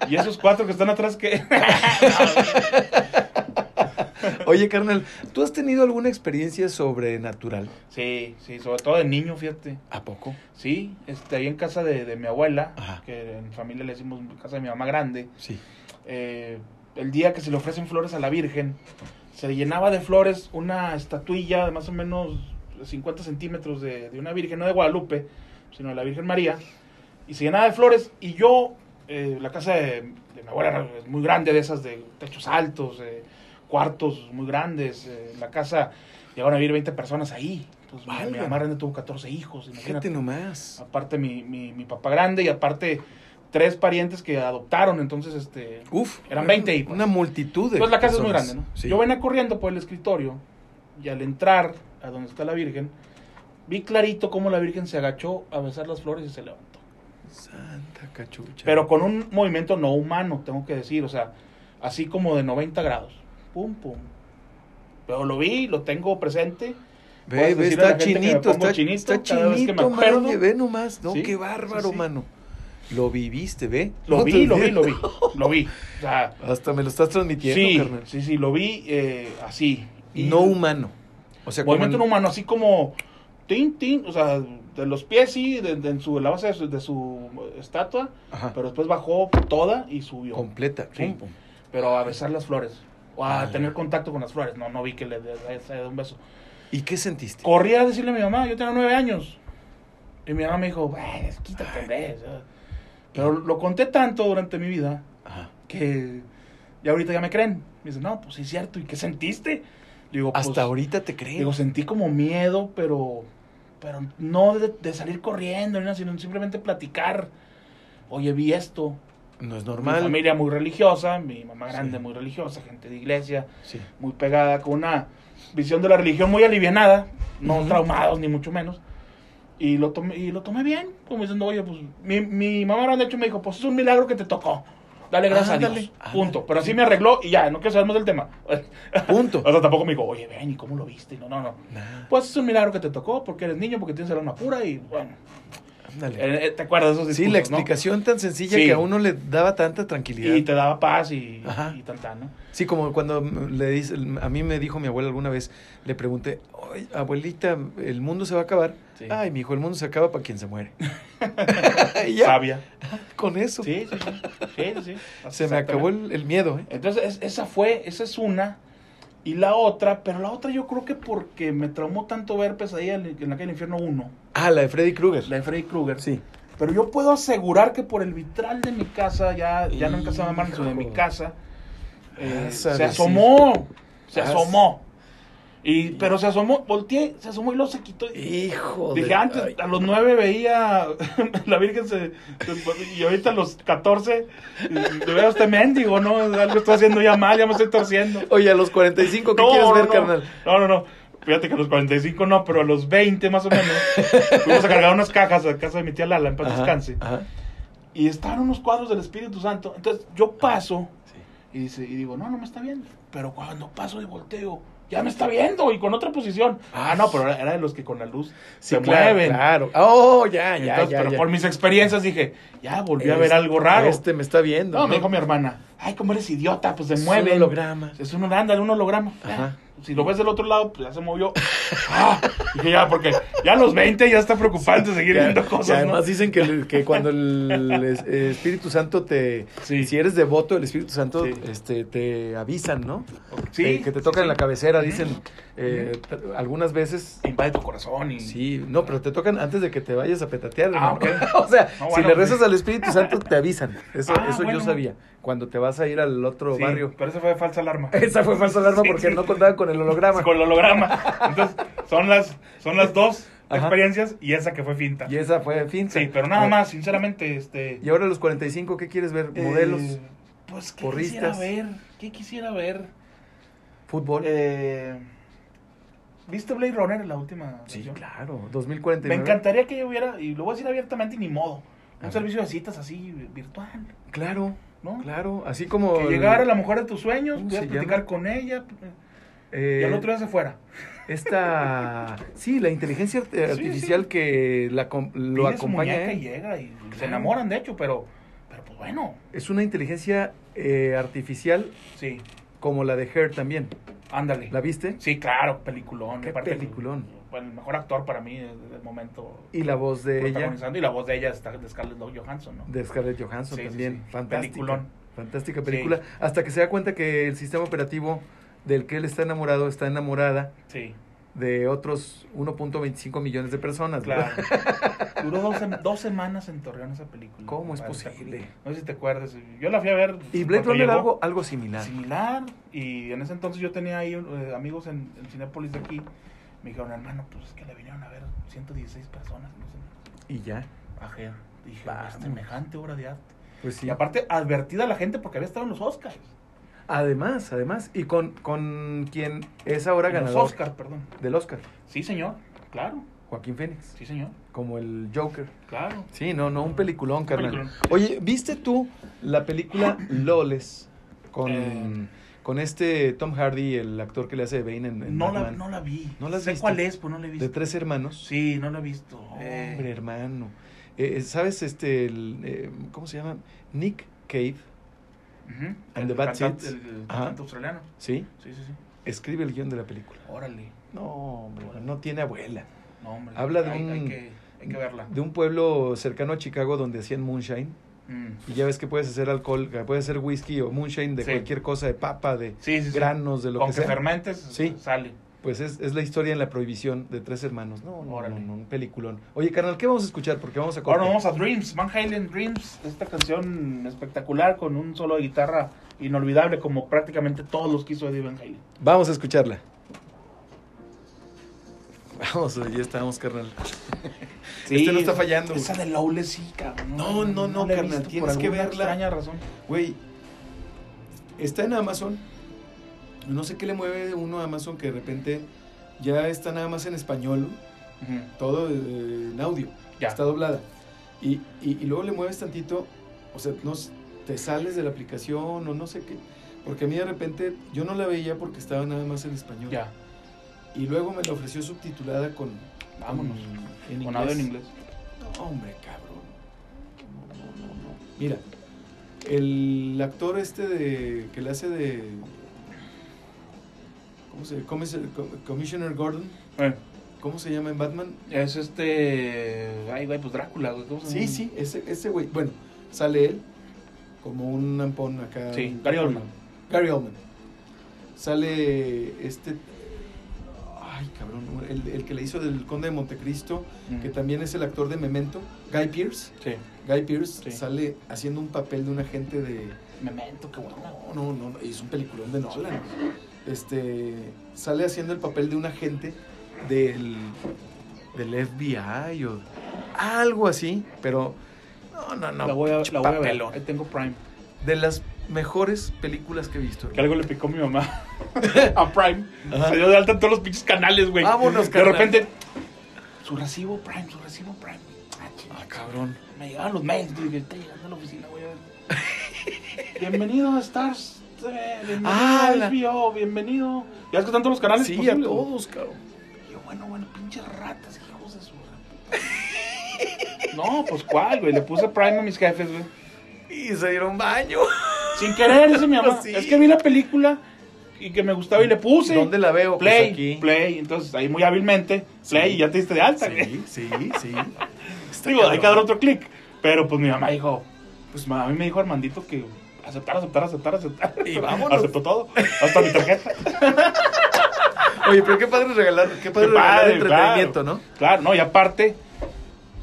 S3: ya. y esos cuatro que están atrás, ¿qué? *laughs*
S2: Oye, carnal, ¿tú has tenido alguna experiencia sobrenatural?
S3: sí, sí, sobre todo de niño, fíjate.
S2: ¿A poco?
S3: Sí, este, ahí en casa de, de mi abuela,
S2: Ajá.
S3: que en familia le decimos casa de mi mamá grande,
S2: Sí.
S3: eh, el día que se le ofrecen flores a la Virgen, se llenaba de flores una estatuilla de más o menos 50 centímetros de, de una Virgen, no de Guadalupe, sino de la Virgen María, y se llenaba de flores, y yo, eh, la casa de, de mi abuela era muy grande, de esas de techos altos, eh, cuartos muy grandes, eh, la casa llegaron a vivir 20 personas ahí, entonces mi- mi,
S2: Válgame.
S3: mamá grande tuvo 14 hijos, imagínate.
S2: Fíjate nomás.
S3: Aparte mi, mi, mi papá grande y aparte tres parientes que adoptaron, entonces este...
S2: Uf.
S3: Eran 20 y, pues.
S2: Una multitud de
S3: Entonces la casa es muy
S2: personas.
S3: grande, ¿no?
S2: Sí.
S3: Yo venía corriendo por el escritorio y al entrar a donde está la Virgen, vi clarito cómo la Virgen se agachó a besar las flores y se levantó.
S2: Santa cachucha.
S3: Pero con un movimiento no humano, tengo que decir, o sea, así como de 90 grados. Pum, pum. Pero lo vi, lo tengo presente.
S2: Ve,
S3: puedes
S2: ve,
S3: decirle a
S2: está
S3: la gente que me
S2: chinito,
S3: pongo
S2: está
S3: chinito
S2: chinito,
S3: cada vez que me
S2: chinito,
S3: acuerdo.
S2: mano, ve nomás. No,
S3: Sí,
S2: qué bárbaro,
S3: sí, sí.
S2: mano. Lo viviste, ve.
S3: Lo
S2: No
S3: vi,
S2: te
S3: lo vi,
S2: olvides.
S3: lo vi, lo vi. O sea,
S2: *laughs* Hasta me lo estás transmitiendo,
S3: sí,
S2: carnal.
S3: sí, sí, lo vi eh, así. Y-
S2: No humano. O sea, como
S3: movimiento
S2: el-
S3: no humano, así como tin, tin, o sea, de los pies sí, de, de- en su, la base de su, de su estatua,
S5: Ah.
S2: Ajá,
S3: pero después bajó toda y subió.
S2: completa.
S3: Sí.
S2: Pum, pum.
S3: Pero a besar las flores, o a
S2: Ala.
S3: tener contacto con las flores, no, no vi que le de- le haya dado un beso.
S2: ¿Y qué sentiste?
S3: Corrí a decirle a mi mamá, yo tenía nueve años. Y mi mamá me dijo, "Bueno, quítate, hombre", o sea. Pero lo conté tanto durante mi vida
S2: Ajá.
S3: que ya ahorita ya me creen. Me dicen, no, pues sí es cierto, ¿y qué sentiste? Digo,
S2: Hasta
S3: "Pues,
S2: ahorita te creo.
S3: Digo, sentí como miedo, pero, pero no de, de salir corriendo, ni nada, sino simplemente platicar. Oye, vi esto.
S2: no es
S3: Mi
S2: normal.
S3: familia muy religiosa, mi mamá
S2: Sí.
S3: grande muy religiosa, gente de iglesia,
S2: Sí.
S3: muy pegada, con una visión de la religión muy alivianada, no
S2: Ujú.
S3: traumados ni mucho menos. Y lo tomé, y lo tomé bien, como diciendo, oye, pues mi, mi mamá grande de hecho me dijo, pues es un milagro que te tocó. Dale gracias a
S2: Ándale,
S3: Dios.
S2: ándale.
S3: Punto. Pero así me arregló y ya, no quiero saber más del tema. *laughs*
S2: Punto.
S3: O sea, tampoco me dijo, oye, ven, ¿y cómo lo viste? No, no, no.
S2: Nah,
S3: Pues es un milagro que te tocó porque eres niño, porque tienes el alma pura y bueno.
S2: ándale.
S3: eh, eh, ¿Te acuerdas de esos
S2: sí, la
S3: discursos, no?
S2: explicación tan sencilla
S3: Sí.
S2: que a uno le daba tanta tranquilidad.
S3: Y te daba paz y,
S2: Ajá.
S3: y tanta, ¿no?
S2: Sí, como cuando le dice, a mí me dijo mi abuela alguna vez, le pregunté, "Ay, abuelita, el mundo se va a acabar.
S3: Sí.
S2: Ay, mi hijo, el mundo se acaba para quien se
S3: *laughs*
S5: *laughs*
S2: muere. Y ya,
S3: Sabia.
S2: con eso.
S3: Sí, sí, sí. Sí, sí, sí. Así
S2: *laughs* Se me acabó
S3: exactamente.
S2: el, el miedo, ¿eh?
S3: Entonces, es- esa fue, esa es una. Y la otra, pero la otra yo creo que porque me traumó tanto ver Pesadilla en en la calle del infierno 1,
S2: Ah, la de Freddy Krueger.
S3: la de Freddy Krueger.
S2: Sí.
S3: Pero yo puedo asegurar que por el vitral de mi casa, ya, ya no en casa de mamá, sino de mi
S2: Hijo.
S5: Ah,
S3: casa, eh,
S2: Vas a
S3: se
S2: decir.
S3: asomó. Se
S2: Vas-
S3: asomó. Y, pero se asomó, volteé, se asomó y lo se quitó.
S5: Hijo
S3: Dije,
S5: de-
S3: antes,
S5: ay.
S3: a los nueve veía *laughs* la Virgen se, se- y ahorita a los 14 le veo a este mendigo, ¿no? Algo estoy haciendo ya mal, ya me estoy torciendo.
S5: Oye, a los 45, ¿qué quieres ver, carnal?
S3: No, no, no. Fíjate que a los 45 no, pero a los 20 más o menos fuimos a cargar unas cajas a casa de mi tía Lala, en paz
S5: Ajá,
S3: descanse.
S5: ajá.
S3: Y estaban unos cuadros del Espíritu Santo. Entonces yo paso y, dice, y digo, no, no me está viendo. Pero cuando paso y volteo, ya me está viendo y con otra posición. Ah, no, pero era de los que con la luz
S5: Sí,
S3: se
S5: claro,
S3: mueven.
S5: Claro. Oh, ya, ya,
S3: Entonces,
S5: ya.
S3: pero
S5: ya.
S3: por mis experiencias dije, ya volví a ver algo raro.
S5: Este me está viendo.
S3: no, me dijo mi hermana, ay, cómo eres idiota, pues se
S5: Es un
S3: mueve.
S5: holograma.
S3: Es un holograma, un holograma.
S5: Ajá.
S3: Si lo ves del otro lado, pues ya se movió. Ah, dije, ya, porque ya a los 20 ya está preocupante seguir
S5: Ya-
S3: viendo
S5: y
S3: cosas. ¿no?
S5: además dicen que, el- que
S3: *laughs*
S5: cuando el es- eh, Espíritu Santo te...
S3: Sí.
S5: Si eres devoto del Espíritu Santo,
S3: Sí.
S5: este, te avisan, ¿no?
S3: Sí,
S5: Te- Eh, que te tocan
S3: sí,
S5: la
S3: sí.
S5: cabecera, dicen eh, algunas veces.
S3: Te Invade tu corazón y...
S5: Sí, no, pero te tocan antes de que te vayas a petatear.
S3: Ah,
S5: hermano.
S3: ok.
S5: *laughs* o sea,
S3: No,
S5: si
S3: bueno,
S5: le rezas
S3: pues.
S5: al Espíritu Santo, te avisan. Eso,
S3: Ah,
S5: eso
S3: bueno.
S5: yo sabía. Cuando te vas a ir al otro
S3: Sí,
S5: barrio. *laughs*
S3: Pero esa fue falsa alarma.
S5: Esa fue falsa alarma
S3: Sí,
S5: porque
S3: sí. *laughs*
S5: no contaban con el holograma.
S3: Con el holograma. Entonces, son las, son las dos
S5: Ajá.
S3: experiencias y esa que fue finta.
S5: Y esa fue finta.
S3: Sí, pero
S5: A
S3: nada
S5: ver,
S3: más, sinceramente, este...
S5: Y ahora a los 45, ¿qué quieres ver?
S3: Eh,
S5: ¿Modelos?
S3: Pues, ¿qué
S5: porristas.
S3: quisiera ver? ¿Qué quisiera ver?
S5: ¿Fútbol?
S3: Eh, ¿Viste Blade Runner la última?
S5: sí,
S3: versión?
S5: claro.
S3: Me
S5: 2049.
S3: encantaría que yo hubiera, y lo voy a decir abiertamente y ni modo,
S5: A
S3: un
S5: ver.
S3: servicio de citas así virtual,
S5: Claro,
S3: ¿no?
S5: claro. Así como.
S3: Que
S5: el-
S3: llegara la mujer de tus sueños,
S5: ¿Cómo
S3: pudieras
S5: se
S3: platicar
S5: llama?
S3: con ella,
S5: eh,
S3: y al otro día se fuera.
S5: Esta. Sí, la inteligencia art- artificial
S3: sí.
S5: que la, com- lo
S3: Pide su
S5: acompaña.
S3: muñeca
S5: ¿eh?
S3: y llega, y se enamoran, de hecho, pero, pero pues bueno,
S5: Es una inteligencia eh, artificial
S3: sí,
S5: como la de Her también.
S3: ándale.
S5: ¿La viste?
S3: Sí, claro, peliculón.
S5: Qué
S3: aparte,
S5: peliculón.
S3: Bueno, el mejor actor para mí del del momento.
S5: Y la voz de ella,
S3: protagonizando, y la voz de ella está de Scarlett Johansson, ¿no?
S5: de Scarlett Johansson
S3: Sí, sí,
S5: también.
S3: sí.
S5: Fantástica.
S3: Peliculón.
S5: Fantástica película. Hasta que se da cuenta que el sistema operativo del que él está enamorado está enamorada
S3: Sí,
S5: de otros 1.25 millones de personas.
S3: claro.
S5: *laughs* ¿verdad?
S3: Duró dos, sem- dos semanas en Torreón esa película.
S5: ¿Cómo es
S3: Para esta
S5: posible?
S3: película. No sé si te acuerdas. Yo la fui a ver.
S5: Y Blade
S3: cuando
S5: Runner
S3: llegó,
S5: algo, algo similar.
S3: similar. Y en ese entonces yo tenía ahí eh, amigos en, en Cinépolis de aquí. Me dijeron, hermano, pues es que le vinieron a ver 116 personas. No sé.
S5: Y ya.
S3: Ajá. Dije, "Pues,
S5: Vamos.
S3: semejante obra de arte.
S5: Pues sí.
S3: Y aparte, advertida a la gente porque había estado en los Oscars.
S5: Además, además. Y con, con quien es ahora
S3: En los
S5: ganador
S3: Oscars, perdón.
S5: del Oscar,
S3: Sí, señor. Claro.
S5: Joaquín Phoenix,
S3: Sí, señor.
S5: como el Joker.
S3: Claro.
S5: Sí, no, no, un peliculón, carnal.
S3: peliculón.
S5: Oye, ¿viste tú la película Loles con,
S3: Eh.
S5: con este Tom Hardy, el actor que le hace de Bane en, en
S3: No la,
S5: Batman?
S3: no la vi.
S5: ¿No la has
S3: sé
S5: visto?
S3: cuál es, pues no la he visto.
S5: De tres hermanos.
S3: Sí, no la he visto. Eh,
S5: Hombre, hermano. Eh, eh, ¿Sabes este, el, eh, cómo se llama? Nick Cave,
S3: ujú.
S5: And
S3: El
S5: the Bad
S3: cantante-
S5: Seeds.
S3: El, el
S5: Ajá.
S3: cantante australiano.
S5: ¿sí?
S3: Sí, sí, sí.
S5: Escribe el guión de la película.
S3: Órale.
S5: No, hombre, no tiene abuela.
S3: No, hombre.
S5: Habla de
S3: hay,
S5: un-
S3: Hay que, hay que verla.
S5: De un pueblo cercano a Chicago donde hacían moonshine.
S3: Mm.
S5: Y ya ves que puedes hacer alcohol, que puedes hacer whisky o moonshine de
S3: Sí.
S5: cualquier cosa, de papa, de
S3: Sí, sí, sí.
S5: granos, de lo
S3: Con
S5: que
S3: que,
S5: sea.
S3: fermentes,
S5: Sí.
S3: sale.
S5: Pues es, es la historia en la prohibición de tres hermanos. No, no,
S3: Órale.
S5: no, no, un peliculón. Oye, carnal, ¿qué vamos a escuchar? Porque vamos a corte.
S3: Ahora nos vamos a Dreams, Van Halen Dreams, esta canción espectacular con un solo de guitarra inolvidable como prácticamente todos los que hizo Eddie Van Halen.
S5: Vamos a escucharla. *laughs* Vamos, ya estamos, carnal. Este no está fallando,
S3: Esa de Lowless sí, cabrón.
S2: No, no, no,
S3: la he
S2: carnal,
S3: visto por
S2: tienes que
S3: alguna
S2: verla.
S3: extraña razón.
S2: Güey, está en Amazon. No sé qué le mueve uno a Amazon que de repente ya está nada más en español,
S3: Ujú,
S2: todo eh, en audio,
S3: Ya.
S2: está doblada. Y, y- y luego le mueves tantito, o sea, no, s- te sales de la aplicación o no sé qué. Porque a mí de repente yo no la veía porque estaba nada más en español.
S3: Ya.
S2: Y luego me la ofreció subtitulada con...
S3: Vámonos.
S2: con- en
S3: Con
S2: inglés.
S3: audio en inglés.
S2: No, hombre, cabrón. No, no, no, no. Mira, el actor este de que le hace de ¿Cómo se Comis- Com- Commissioner Gordon?
S3: Eh,
S2: ¿Cómo se llama en Batman?
S3: es este. Ay, güey, pues Drácula, güey. ¿cómo se
S2: Sí,
S3: llama?
S2: sí, ese ese güey. Bueno, sale él como un ampón acá.
S3: Sí,
S2: un-
S3: Gary Oldman.
S2: Gary Oldman. Sale este Ay, cabrón, el, el que le hizo del Conde de Montecristo,
S3: Mm.
S2: que también es el actor de Memento, Guy Pierce.
S3: Sí.
S2: Guy Pierce
S3: Sí.
S2: sale haciendo un papel de un agente de.
S3: Memento, qué bueno.
S2: No, no, no, no, y es un peliculón de Nolan. este, sale haciendo el papel de un agente del, del FBI o algo así, pero no, no, no.
S3: la voy a, la voy a ver.
S2: papelón.
S3: Ahí tengo Prime.
S2: De las mejores películas que he visto.
S3: Que algo le picó mi mamá
S2: *laughs*
S3: a Prime. Se dio de alta en todos los pinches canales, güey.
S2: Vámonos,
S3: De
S2: carnal.
S3: repente, su recibo Prime, su recibo Prime. Ah, chingada.
S2: Ah, cabrón.
S3: Me llegaban los mails, dije, está llegando a la oficina, güey.
S2: *laughs*
S3: a ver". bienvenido a Stars TV, bienvenido
S2: Ah,
S3: a
S2: la-
S3: HBO, bienvenido. Ya es que están todos los canales
S2: Sí, a
S3: posibles, güey.
S2: todos, cabrón.
S3: Y yo, bueno, bueno, pinches ratas, hijos de su re- *laughs* No, pues cuál, güey. Le puse Prime a mis jefes, güey.
S2: Y se dieron
S5: *laughs*
S2: baño.
S3: Sin querer, dice mi mamá.
S2: *laughs* Sí.
S3: Es que vi la película y que me gustaba y le puse.
S2: ¿Dónde la veo? Pues
S3: Play,
S2: aquí.
S3: play. Entonces ahí muy hábilmente, play, y ya te diste de alta, güey.
S2: Sí, sí, sí. Está
S3: *laughs* Digo, hay que dar
S2: cabrón.
S3: otro clic. Pero pues mi mamá dijo, pues ma- a mí me dijo Armandito que aceptar, aceptar, aceptar, aceptar.
S2: Y vámonos.
S3: Aceptó todo, hasta mi
S2: *laughs*
S3: tarjeta.
S2: Oye, pero qué padre regalar, qué padre
S3: Qué
S2: regalar
S3: padre,
S2: entretenimiento,
S3: claro.
S2: ¿no?
S3: Claro, no, y aparte,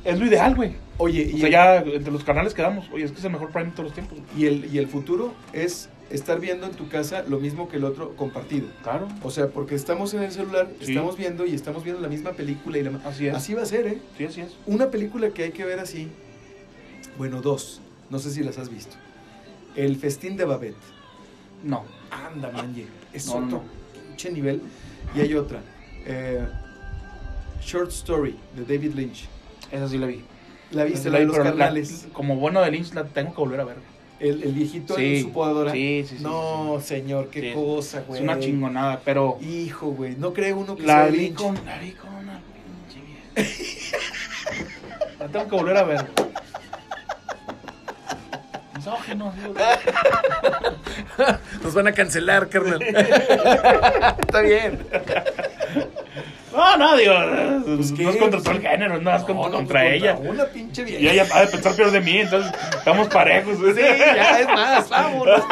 S3: es lo ideal, güey.
S2: Oye,
S3: O
S2: y,
S3: sea, ya entre los canales quedamos. Oye, es que es el mejor Prime de todos los tiempos. güey.
S2: y el, y el futuro es estar viendo en tu casa lo mismo que el otro compartido.
S3: Claro.
S2: O sea, porque estamos en el celular,
S3: Sí.
S2: estamos viendo y estamos viendo la misma película y la ma-
S3: Así es.
S2: Así va a ser, ¿eh?
S3: Sí, así es.
S2: Una película que hay que ver así. Bueno, dos. No sé si las has visto. El festín de Babette.
S3: No.
S2: Anda, manje. Es
S3: No, no,
S2: otro
S3: no.
S2: pinche nivel. Y hay otra. eh, Short Story de David Lynch.
S3: Esa sí la vi.
S2: La viste, la
S3: Esa Pues la
S2: de
S3: vi,
S2: los
S3: pero la-
S2: carnales.
S3: como bueno de Lynch, la tengo que volver a ver.
S2: El, el viejito
S3: Sí,
S2: en su podadora.
S3: Sí, sí, sí.
S2: no, señor, qué
S3: Sí.
S2: cosa,
S3: sí.
S2: güey.
S3: Es una chingonada, pero.
S2: Hijo, güey. No cree uno que
S3: La
S2: sea
S3: vi
S2: Lynch.
S3: con, la vi con una pinche vieja. *laughs* La tengo que volver a ver. Misógino, digo.
S7: Nos van a cancelar,
S3: *laughs*
S7: carnal.
S2: Está bien.
S3: No, no, digo.
S2: ¿qué?
S3: no es contra todo el género, no, es
S2: No,
S3: contra,
S2: no,
S3: contra
S2: pues,
S3: ella.
S2: contra Una pinche vieja.
S3: Y ella ha de pensar peor de mí, entonces estamos parejos.
S2: Sí, *laughs* ya es más, vámonos.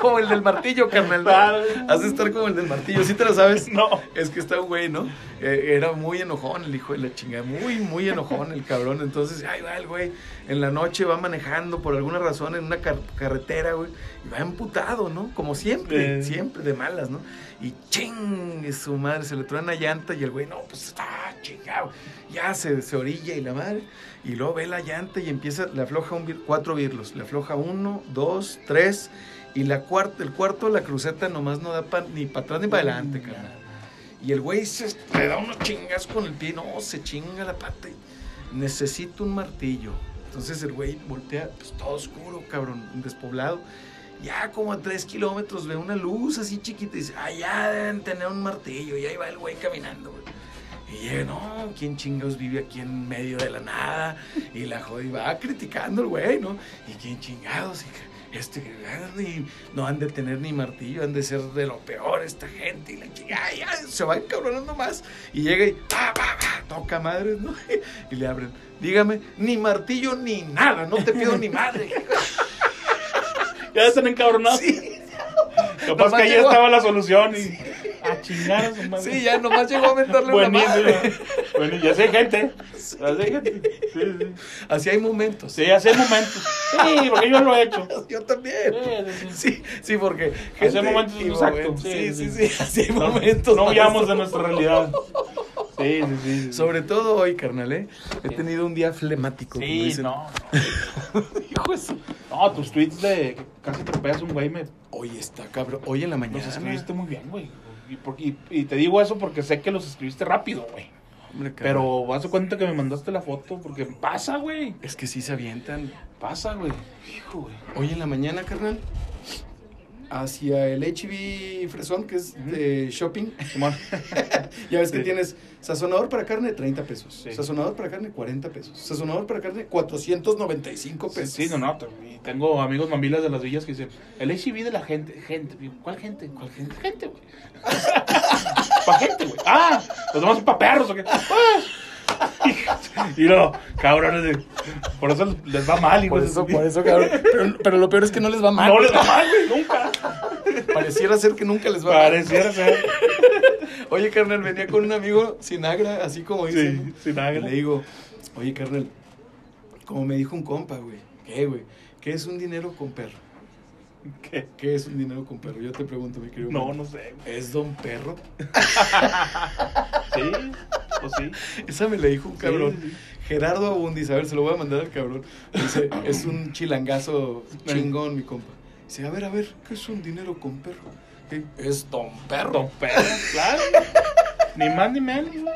S2: como el del martillo, carnal. ¿no?
S3: Claro.
S2: Has de estar como el del martillo, ¿sí te lo sabes?
S3: *laughs* No.
S2: Es que está un güey, ¿no? Eh, era muy enojón el hijo de la chingada, muy, muy enojón el cabrón. Entonces, ahí va el güey, en la noche va manejando por alguna razón en una car- carretera, güey, y va emputado, ¿no? Como siempre,
S3: Eh.
S2: siempre de malas, ¿no? Y ching, es su madre, se le truena una llanta y el güey, no, pues está chingado. Ya se, se orilla y la madre, y luego ve la llanta y empieza, le afloja un vir- cuatro virlos, le afloja uno, dos, tres, y la cuarta, el cuarto, la cruceta nomás no da pa- ni para atrás ni para
S3: Mm,
S2: adelante, carnal. Y el güey se, le da unos chingas con el pie, no, se chinga la pata. y, Necesito un martillo. Entonces el güey voltea, pues todo oscuro, cabrón, despoblado. Ya como a tres kilómetros ve una luz así chiquita y dice, allá deben tener un martillo. Y ahí va el güey caminando, güey. Y llega, no, ¿quién chingados vive aquí en medio de la nada? Y la joda y va criticando el güey, ¿no? ¿Y quién chingados? Y este, y no han de tener ni martillo, han de ser de lo peor esta gente. Y la chingada, ya, se va encabronando más. Y llega y, pa, pa, pa, toca madres, ¿no? *laughs* Y le abren, dígame, ni martillo ni nada, no te pido ni *laughs* madre.
S3: Ya están encabronados.
S2: Sí,
S3: *laughs* Capaz
S2: Nomás
S3: que ahí
S2: llegó-
S3: estaba la solución y. A chingar a su madre.
S2: sí, ya nomás llegó a aventarle una
S3: Buenísimo.
S2: madre.
S3: Bueno, ya sé gente. Ya sé gente. Sí, sí.
S2: Así hay momentos.
S3: Sí, hace momentos. Sí, porque yo lo he hecho.
S2: Yo también.
S3: Sí, sí, sí.
S2: Sí, sí, porque.
S3: Hace momentos,
S2: y
S3: exacto,
S2: momentos, Sí, sí,
S3: sí,
S2: sí.
S3: sí.
S2: Así hay
S3: No,
S2: momentos.
S3: no huyamos
S2: maestro.
S3: de nuestra realidad. Sí, sí, sí. sí.
S2: Sobre todo hoy, carnal, ¿eh? He tenido un día flemático. como
S3: Sí,
S2: dicen.
S3: no.
S2: *laughs*
S3: no. Hijo eso. No, tus tweets de que casi te pegas un güey, me
S2: Hoy está, cabrón. Hoy en la mañana.
S3: los escribiste muy bien, güey. Y, por- y- y te digo eso porque sé que los escribiste rápido, güey.
S2: Hombre, cabrón.
S3: Pero haz de cuenta que me mandaste la foto porque pasa, güey.
S2: Es que sí se avientan.
S3: Pasa, güey. Hijo, güey.
S2: Hoy en la mañana, carnal. Hacia el HB Fresón, que es de shopping.
S3: Simón.
S2: Ya ves que
S3: Sí.
S2: tienes sazonador para carne, 30 pesos.
S3: Sí.
S2: Sazonador para carne, 40 pesos. Sazonador para carne, 495
S3: Sí,
S2: pesos.
S3: sí, no, no. te- y Tengo amigos mambilas de las villas que dicen, el HIV de la gente, gente, digo, ¿cuál gente? ¿Cuál gente? Gente, güey. *laughs* pa' gente, güey. Ah, los demás son pa' perros, ¿o qué? *laughs* Ah. Y no, cabrones, de- por eso les va mal, hijo
S2: Por
S3: de
S2: eso,
S3: su-
S2: por eso, cabrón. Pero, pero lo peor es que no les va mal.
S3: *laughs* No les va mal,
S2: *laughs*
S3: güey, nunca.
S2: Pareciera ser que nunca les va mal.
S3: Pareciera ser.
S2: Oye, carnal, venía con un amigo sinagra, así como dicen.
S3: Sí,
S2: Pues, ¿no?
S3: Sinagra.
S2: Y le digo, oye, carnal, como me dijo un compa, güey. ¿Qué, güey? ¿Qué es un dinero con perro?
S3: ¿Qué?
S2: ¿Qué es un dinero con perro? Yo te pregunto, mi querido.
S3: No,
S2: Juan.
S3: no sé. güey.
S2: ¿Es don perro? *laughs*
S3: Sí, pues sí.
S2: Esa me la dijo un cabrón.
S3: Sí, sí,
S2: Gerardo Abundis, a ver, se lo voy a mandar al cabrón. Dice, es un chilangazo chingón, mi compa. Dice, a ver, a ver, ¿qué es un dinero con perro? ¿Qué? Es don
S3: Don Pedro,
S2: *laughs*
S3: claro. Ni más ni menos. güey.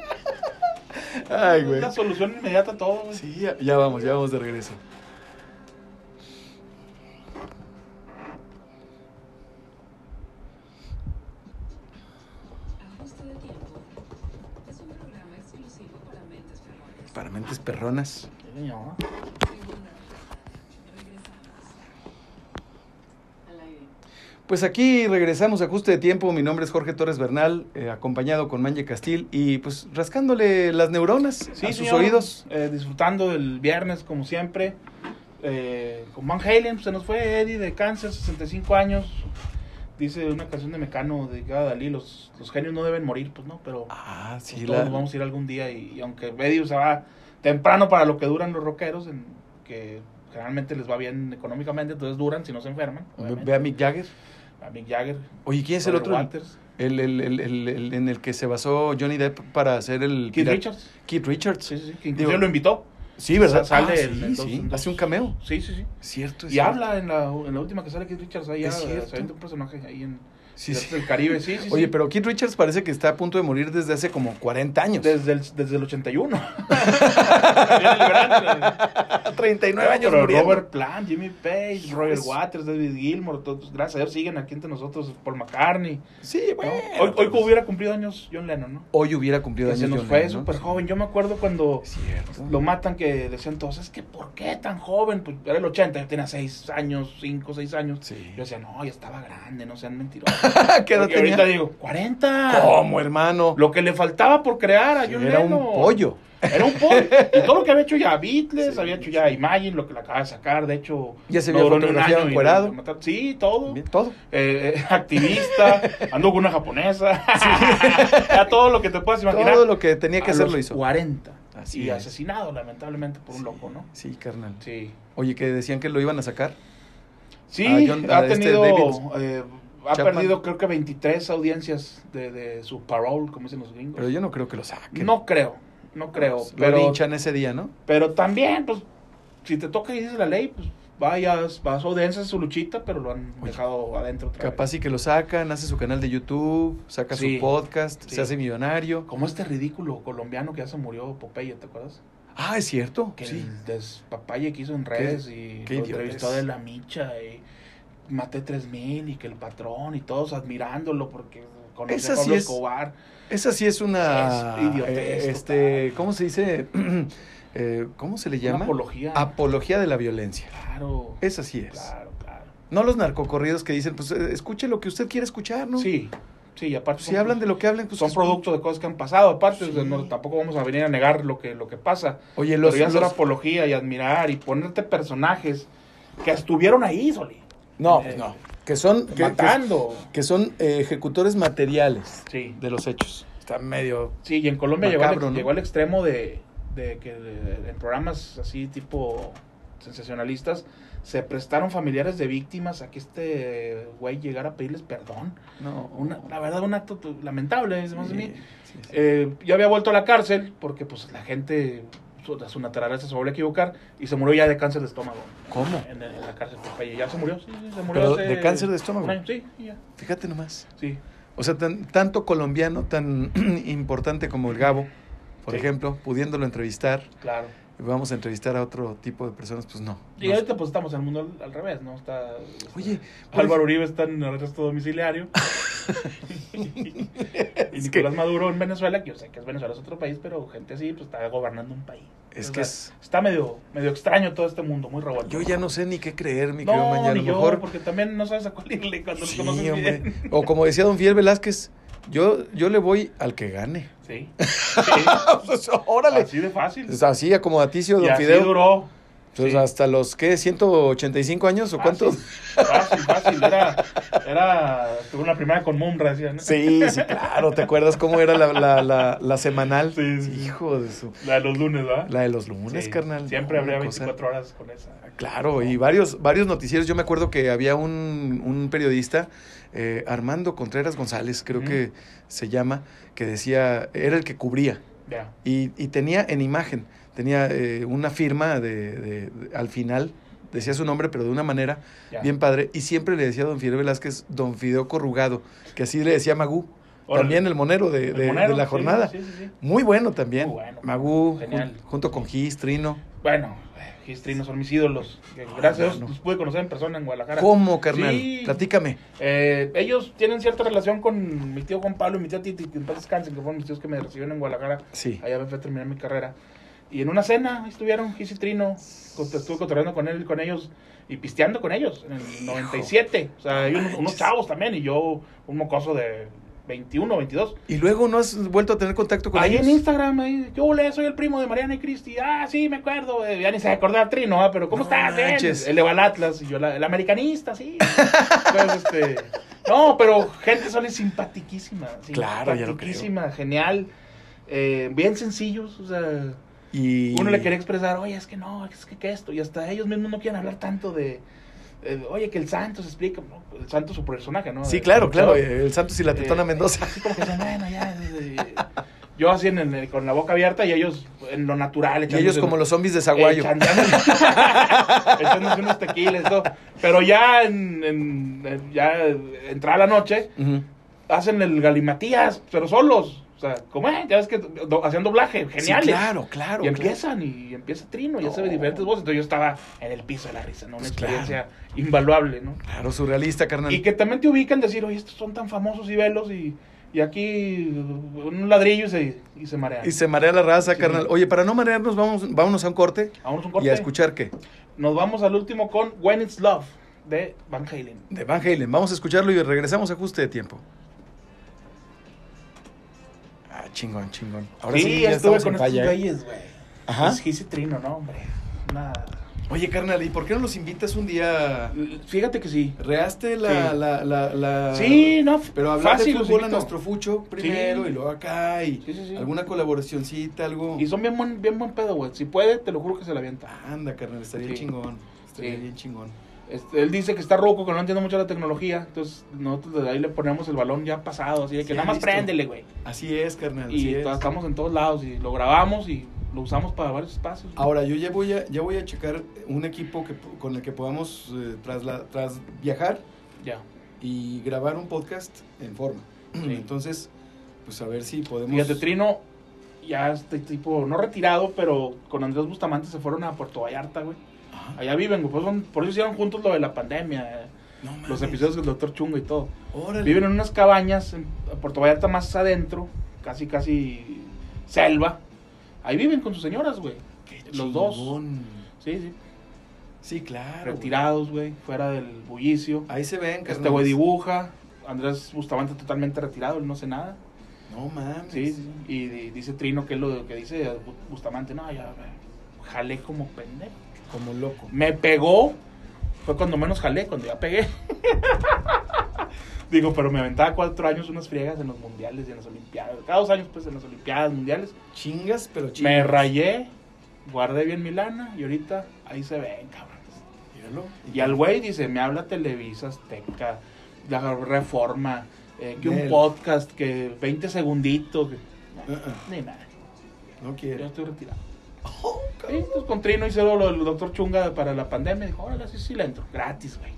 S2: Ay,
S3: Es
S2: güey.
S3: la solución inmediata a todo, güey.
S2: Sí, ya, ya vamos, ya vamos de regreso.
S8: Ajuste de tiempo es un programa exclusivo para mentes ferronas.
S2: Para mentes perronas.
S3: Sí, señor.
S8: Al aire.
S5: Pues aquí regresamos a ajuste de tiempo. Mi nombre es Jorge Torres Bernal, eh, acompañado con Manje Castil y pues rascándole las neuronas
S3: Sí,
S5: a sus
S3: señor.
S5: oídos.
S3: Eh, disfrutando del viernes, como siempre. Eh, con Van Halen, se nos fue Eddie de Kansas, 65 años. Dice una canción de Mecano dedicada a Dalí: los, los genios no deben morir, pues no, pero
S2: Ah,
S3: pues,
S2: sí,
S3: todos
S2: la...
S3: nos vamos a ir algún día. Y, y aunque Eddie se va temprano para lo que duran los rockeros, en, que generalmente les va bien económicamente, entonces duran si no se enferman.
S2: Ve
S3: obviamente.
S2: ve a Mick Jagger.
S3: A Mick Jagger.
S2: Oye, ¿quién es el
S3: Roger
S2: otro?
S3: Waters,
S2: El, el, el, el- el- en el que se basó Johnny Depp para hacer el...
S3: Keith
S2: pira-
S3: Richards.
S2: Keith Richards.
S3: Sí,
S2: Sí,
S3: sí, sí. Que inclusive
S2: Digo-
S3: lo invitó.
S2: ¿verdad?
S3: Sa- sale
S2: Ah,
S3: el-
S2: sí,
S3: el dos-
S2: sí.
S3: dos-
S2: Hace un cameo.
S3: Sí, sí, sí.
S5: Pues
S2: Cierto. es
S3: Y
S2: cierto.
S3: habla en la, en la última que sale Keith Richards ahí,
S2: Es
S3: ah,
S2: cierto.
S3: se vende un personaje ahí en
S2: Sí, sí.
S3: el Caribe, sí, sí.
S5: Oye,
S3: sí.
S5: pero Keith Richards parece que está a punto de morir desde hace como 40 años.
S3: Desde el, desde el
S5: *laughs*
S3: 81. Viene liberando.
S5: 39 años
S3: Pero
S5: muriendo.
S3: Robert Plant, Jimmy Page, Roger
S5: Pues-
S3: Waters, David Gilmour, todos, pues, gracias a Dios siguen aquí entre nosotros, Paul McCartney. ¿no?
S5: Sí, bueno.
S3: Hoy, hoy
S5: pero-
S3: como hubiera cumplido años John Lennon, ¿no?
S5: Hoy hubiera cumplido
S3: Que
S5: años
S3: se nos
S5: John
S3: fue
S5: Lennon, ¿no?
S3: súper joven. Yo me acuerdo cuando
S5: Cierto.
S3: lo matan que decían todos, es que ¿por qué tan joven? Pues era el 80, yo tenía 6 años, 5, 6 años.
S2: Sí.
S3: Yo decía, no, ya estaba grande, no sean mentirosos.
S5: *laughs* ¿Qué edad
S3: Porque ahorita
S5: tenía?
S3: digo, 40.
S2: ¿Cómo, hermano?
S3: Lo que le faltaba por crear a John
S5: Era un
S3: Lennon.
S5: pollo.
S3: Era un
S5: *laughs*
S3: pollo. Y todo lo que había hecho ya Beatles, había hecho ya Imagine, lo que le acaba de sacar. De hecho,
S5: Ya se
S3: no
S5: había
S3: duró ni un
S5: fotografiado
S3: año y
S5: encuerado.
S3: lo mataron. Sí, todo.
S5: Bien, Todo.
S3: Eh, *laughs* eh, activista, andó con una japonesa. *laughs* ya todo lo que te puedas imaginar.
S5: Todo lo que tenía que
S3: A
S5: hacer
S3: los
S5: lo hizo.
S3: 40.
S5: Así
S3: y
S5: es.
S3: asesinado, lamentablemente, por un loco, ¿no?
S5: Sí, carnal.
S3: Sí.
S5: Oye, que decían que lo iban a sacar.
S3: Sí,
S5: A John-
S3: ha
S5: a este
S3: tenido.
S5: David
S3: eh, ha
S5: Chapman.
S3: perdido, creo que 23 audiencias de, de su parole, como dicen los gringos.
S5: Pero yo no creo que lo saquen.
S3: No creo, no creo.
S5: Lo
S3: Pero,
S5: linchan ese día, ¿no?
S3: pero también, pues, si te toca y dice la ley, pues vayas, vas a audiencia su luchita, pero lo han dejado adentro otra vez.
S5: Capaz y que lo sacan, hace su canal de YouTube, saca
S3: Sí.
S5: su podcast,
S3: Sí.
S5: se hace millonario.
S3: Como este ridículo colombiano que ya se murió, Popeye, ¿te acuerdas?
S5: Ah, es cierto.
S3: Que
S5: sí.
S3: el despapalle que hizo en redes y lo
S5: qué idiotez.
S3: entrevistó de la micha y maté tres mil y que el patrón y todos admirándolo porque conoce
S5: Esa
S3: a
S5: sí
S3: Pablo
S5: es-
S3: Escobar.
S5: Esa sí es una.
S3: Es idiotez
S5: eh,
S3: total.
S5: este, ¿Cómo se dice? *clears throat* Eh, ¿Cómo se le
S3: Una
S5: llama?
S3: apología.
S5: Apología de la violencia.
S3: Claro.
S5: Esa sí es.
S3: Claro, claro.
S5: No los narcocorridos que dicen, pues eh, escuche lo que usted quiere escuchar, ¿no?
S3: Sí, sí, y aparte.
S5: Si
S3: son-
S5: hablan de lo que hablen, pues.
S3: son
S5: es-
S3: producto de cosas que han pasado, aparte,
S5: Sí.
S3: o sea, no, tampoco vamos a venir a negar lo que, lo que pasa.
S5: Oye, los.
S3: pero ya hacer
S5: los-
S3: apología y admirar y ponerte personajes que estuvieron ahí, Soli,
S5: No,
S3: eh,
S5: no. Que son. que- Que,
S3: matando.
S5: que son eh, ejecutores materiales
S3: Sí,
S5: de los hechos. Está medio.
S3: sí, y en Colombia llegó,
S5: Macabro,
S3: al,
S5: ¿no?
S3: llegó al extremo de, de que eh, en programas así tipo sensacionalistas se prestaron familiares de víctimas a que este güey llegara a pedirles perdón.
S5: No.
S3: Una, la verdad, un acto tu- lamentable, se me hace a mí.
S5: Sí, sí, sí.
S3: Eh, ya había vuelto a la cárcel porque pues la gente su, su naturaleza se volvió a equivocar y se murió ya de cáncer de estómago.
S5: ¿Cómo?
S3: En, en la cárcel Popeye. Ya se murió, sí, sí, se murió.
S5: Pero
S3: hace
S5: de cáncer de estómago.
S3: un año, Sí, y ya,
S5: Fíjate nomás.
S3: sí.
S5: O sea, tan- tanto colombiano, tan *clears throat* importante como el Gabo, por
S3: Sí.
S5: ejemplo, pudiéndolo entrevistar,
S3: Claro.
S5: vamos a entrevistar a otro tipo de personas, pues no.
S3: Y
S5: No.
S3: ahorita pues estamos en el mundo al, al revés, ¿no? Está, está-
S5: Oye, pues,
S3: Álvaro Uribe está en arresto
S5: *laughs*
S3: domiciliario. y
S5: Es
S3: Nicolás Maduro en Venezuela, que yo sé que es Venezuela es otro país, pero gente así pues está gobernando un país.
S5: es
S3: O
S5: que
S3: sea,
S5: es,
S3: está medio medio extraño todo este mundo, muy revuelto.
S5: yo ya no sé ni qué creer, mi querido
S3: no,
S5: mañana. A
S3: ni
S5: lo
S3: yo,
S5: mejor.
S3: porque también no sabes a cuál irle cuando
S5: Sí,
S3: lo conoces
S5: hombre.
S3: bien.
S5: O como decía don Fiel Velázquez, yo, yo le voy al
S3: *laughs*
S5: que gane.
S3: *laughs* Sí.
S5: Pues, *laughs* órale.
S3: Así de fácil.
S5: pues, Así, como a Ticio,
S3: y
S5: don
S3: así
S5: Fideo.
S3: duró
S5: Entonces,
S3: Sí. Ah,
S5: hasta los, ¿qué? ¿185 años o cuántos?
S3: Fácil, fácil. Era, era tuve una primaria con Mumra, decía, ¿no?
S5: *laughs* Sí, sí, claro. ¿Te acuerdas cómo era la, la, la, la semanal?
S3: Sí, sí, sí.
S5: Hijo de su...
S3: La de los lunes, ¿verdad?
S5: La de los lunes,
S3: Sí,
S5: carnal.
S3: Siempre
S5: no,
S3: habría
S5: una cosa. Ah,
S3: 24 horas con esa.
S5: Claro, y varios, varios noticieros. Yo me acuerdo que había un, un periodista, eh, Armando Contreras González, creo
S3: Ujú.
S5: que se llama, que decía, era el que cubría.
S3: Ya.
S5: Y, y tenía en imagen, tenía eh, una firma de, de- de- al final, decía su nombre, pero de una manera
S3: ya.
S5: bien padre. Y siempre le decía a don Fidel Velázquez, don Fideo Corrugado, que así le decía Magú.
S3: Órale.
S5: También el monero de,
S3: El
S5: de- de
S3: Monero,
S5: la
S3: sí,
S5: jornada.
S3: Sí, sí, sí.
S5: Muy bueno también.
S3: Muy bueno.
S5: Magú,
S3: Genial.
S5: jun- junto con Gis, Trino.
S3: Bueno, Gistrino son mis ídolos. que Gracias a Dios
S5: bueno.
S3: los pude conocer en persona en Guadalajara.
S5: Ah, ¿Cómo, carnal?
S3: Sí.
S5: Platícame.
S3: Eh, ellos tienen cierta relación con mi tío Juan Pablo y mi tía Titi, que en paz descansen, que fueron mis tíos que me recibieron en Guadalajara.
S5: Sí.
S3: Allá me fui a terminar mi carrera. Y en una cena ahí estuvieron Gis y Trino. con- Estuve cotorreando con él, con ellos y pisteando con ellos en el 97. O sea, hay unos, unos chavos también y yo un mocoso de 21, 22.
S5: ¿Y luego no has vuelto a tener contacto con
S3: Ahí
S5: ellos?
S3: en Instagram, ahí, yo le soy el primo de Mariana y Cristi. Ah, sí, me acuerdo. eh, ya ni se acordaba Trino, ah, pero ¿cómo
S5: No
S3: estás? Bien.
S5: manches.
S3: Él le va al Atlas y yo la- el americanista, sí. Entonces, este, no, pero gente solo es simpatiquísima.
S5: Claro, ya lo creo.
S3: simpatiquísima, genial. eh, bien sencillos, o sea,
S5: Y...
S3: uno le quería expresar, oye, es que no, es que, que esto, y hasta ellos mismos no quieren hablar tanto de, eh, oye, que el Santos explica, ¿no? el Santos su personaje, ¿no?
S5: Sí,
S3: El-
S5: claro,
S3: el
S5: claro.
S3: chavo.
S5: El Santos y la Tetona
S3: Eh,
S5: Mendoza.
S3: Así *laughs* como que dicen, bueno, ya. eh, eh". *laughs* Yo así en el- con la boca abierta y ellos en lo natural.
S5: *laughs* Y ellos como los zombies de Zaguayo.
S3: *laughs* Echándose unos tequiles, todo. Pero ya en, en- en- ya entrada la noche,
S5: Ujú.
S3: hacen el galimatías, pero solos. O sea, como, eh, ya ves que do- hacían doblaje,
S5: Sí,
S3: geniales.
S5: claro, claro.
S3: Y
S5: claro.
S3: empiezan, y empieza Trino, y ya se ve
S5: No.
S3: diferentes voces. Entonces yo estaba en el piso de la risa, ¿no? Una
S5: Pues claro.
S3: experiencia invaluable, ¿no?
S5: Claro, surrealista, carnal.
S3: Y que también te ubican decir, oye, estos son tan famosos y velos y, y aquí uh, un ladrillo y se, y se marean.
S5: Y se marea la raza,
S3: Sí.
S5: carnal. Oye, para no marearnos, vamos, vámonos a un corte,
S3: Vámonos un corte.
S5: y a escuchar qué.
S3: Nos vamos al último con When It's Love de Van Halen.
S5: De Van Halen. Vamos a escucharlo y regresamos a ajuste de tiempo. Ah, chingón, chingón. Ahora sí, ya
S3: estuve
S5: estamos
S3: con
S5: en
S3: estos
S5: falla. ¿eh?
S3: güeyes, güey.
S5: Ajá.
S3: Es Giz y Trino, ¿no, hombre? Nada.
S5: Oye, carnal, ¿y por qué no los invitas un día?
S3: Fíjate que sí.
S2: Reaste la,
S3: Sí.
S2: la, la,
S5: Ah,
S2: la-
S3: Sí, no,
S2: Pero hablar
S3: fácil,
S2: de
S3: los
S2: fútbol a
S3: invito.
S2: nuestro fucho primero
S3: Sí.
S2: y luego acá y
S3: Sí, sí, sí.
S2: alguna colaboracioncita, algo.
S3: Y son bien buen, bien buen pedo, güey. Si puede, te lo juro que se la avienta.
S2: Anda, carnal, estaría
S3: Sí.
S2: chingón. Estaría
S3: Sí.
S2: bien chingón.
S3: Este, él dice que está roco, que no entiende mucho la tecnología. Entonces, nosotros desde ahí le ponemos el balón ya pasado, así de que
S2: Sí,
S3: nada más
S2: listo.
S3: préndele, güey.
S2: Así es, carnal. así
S3: y
S2: es.
S3: to- estamos en todos lados y lo grabamos y lo usamos para varios espacios.
S2: Ahora, yo ya voy a, ya voy a checar un equipo que, con el que podamos eh, trasla- tras viajar
S3: ya.
S2: y grabar un podcast en forma.
S3: Sí.
S2: *clears throat* Entonces, pues a ver si podemos.
S3: Fíjate, Trino, ya este tipo, no retirado, pero con Andrés Bustamante se fueron a Puerto Vallarta, güey.
S2: Ajá.
S3: Allá viven, güey. Por eso, por eso hicieron juntos lo de la pandemia, eh,
S2: No mames.
S3: los episodios del Doctor Chungo y todo.
S2: Órale.
S3: Viven en unas cabañas en Puerto Vallarta más adentro, casi, casi selva. Ahí viven con sus señoras, güey.
S2: Qué
S3: los dos.
S2: chingón.
S3: Sí, sí.
S2: Sí, claro. güey.
S3: Retirados, güey. Fuera del bullicio.
S2: Ahí se ven,
S3: Este güey dibuja. Andrés Bustamante totalmente retirado, él no hace nada.
S2: No mames.
S3: Sí, sí. Y di- dice Trino que es lo que dice Bu- Bustamante, no, ya me jalé como pendejo.
S2: Como loco.
S3: Me pegó, fue cuando menos jalé, cuando ya pegué. *laughs* Digo, pero me aventaba cuatro años unas friegas en los mundiales y en las olimpiadas. Cada dos años, pues, en las olimpiadas, mundiales.
S2: Chingas, pero chingas.
S3: Me rayé, guardé bien mi lana y ahorita ahí se ven, cabrón.
S2: Míralo.
S3: Y al güey dice, me habla Televisa, Azteca, la Reforma, eh, que un
S2: Nel.
S3: podcast, que 20 segunditos. que-
S2: Uh-uh,
S3: Ni nada.
S2: no
S3: Yo
S2: quiere.
S3: estoy retirado. Sí, entonces con Trino hice lo del doctor Chunga para la pandemia. Dijo, órale, sí, sí le entro. Gratis, güey.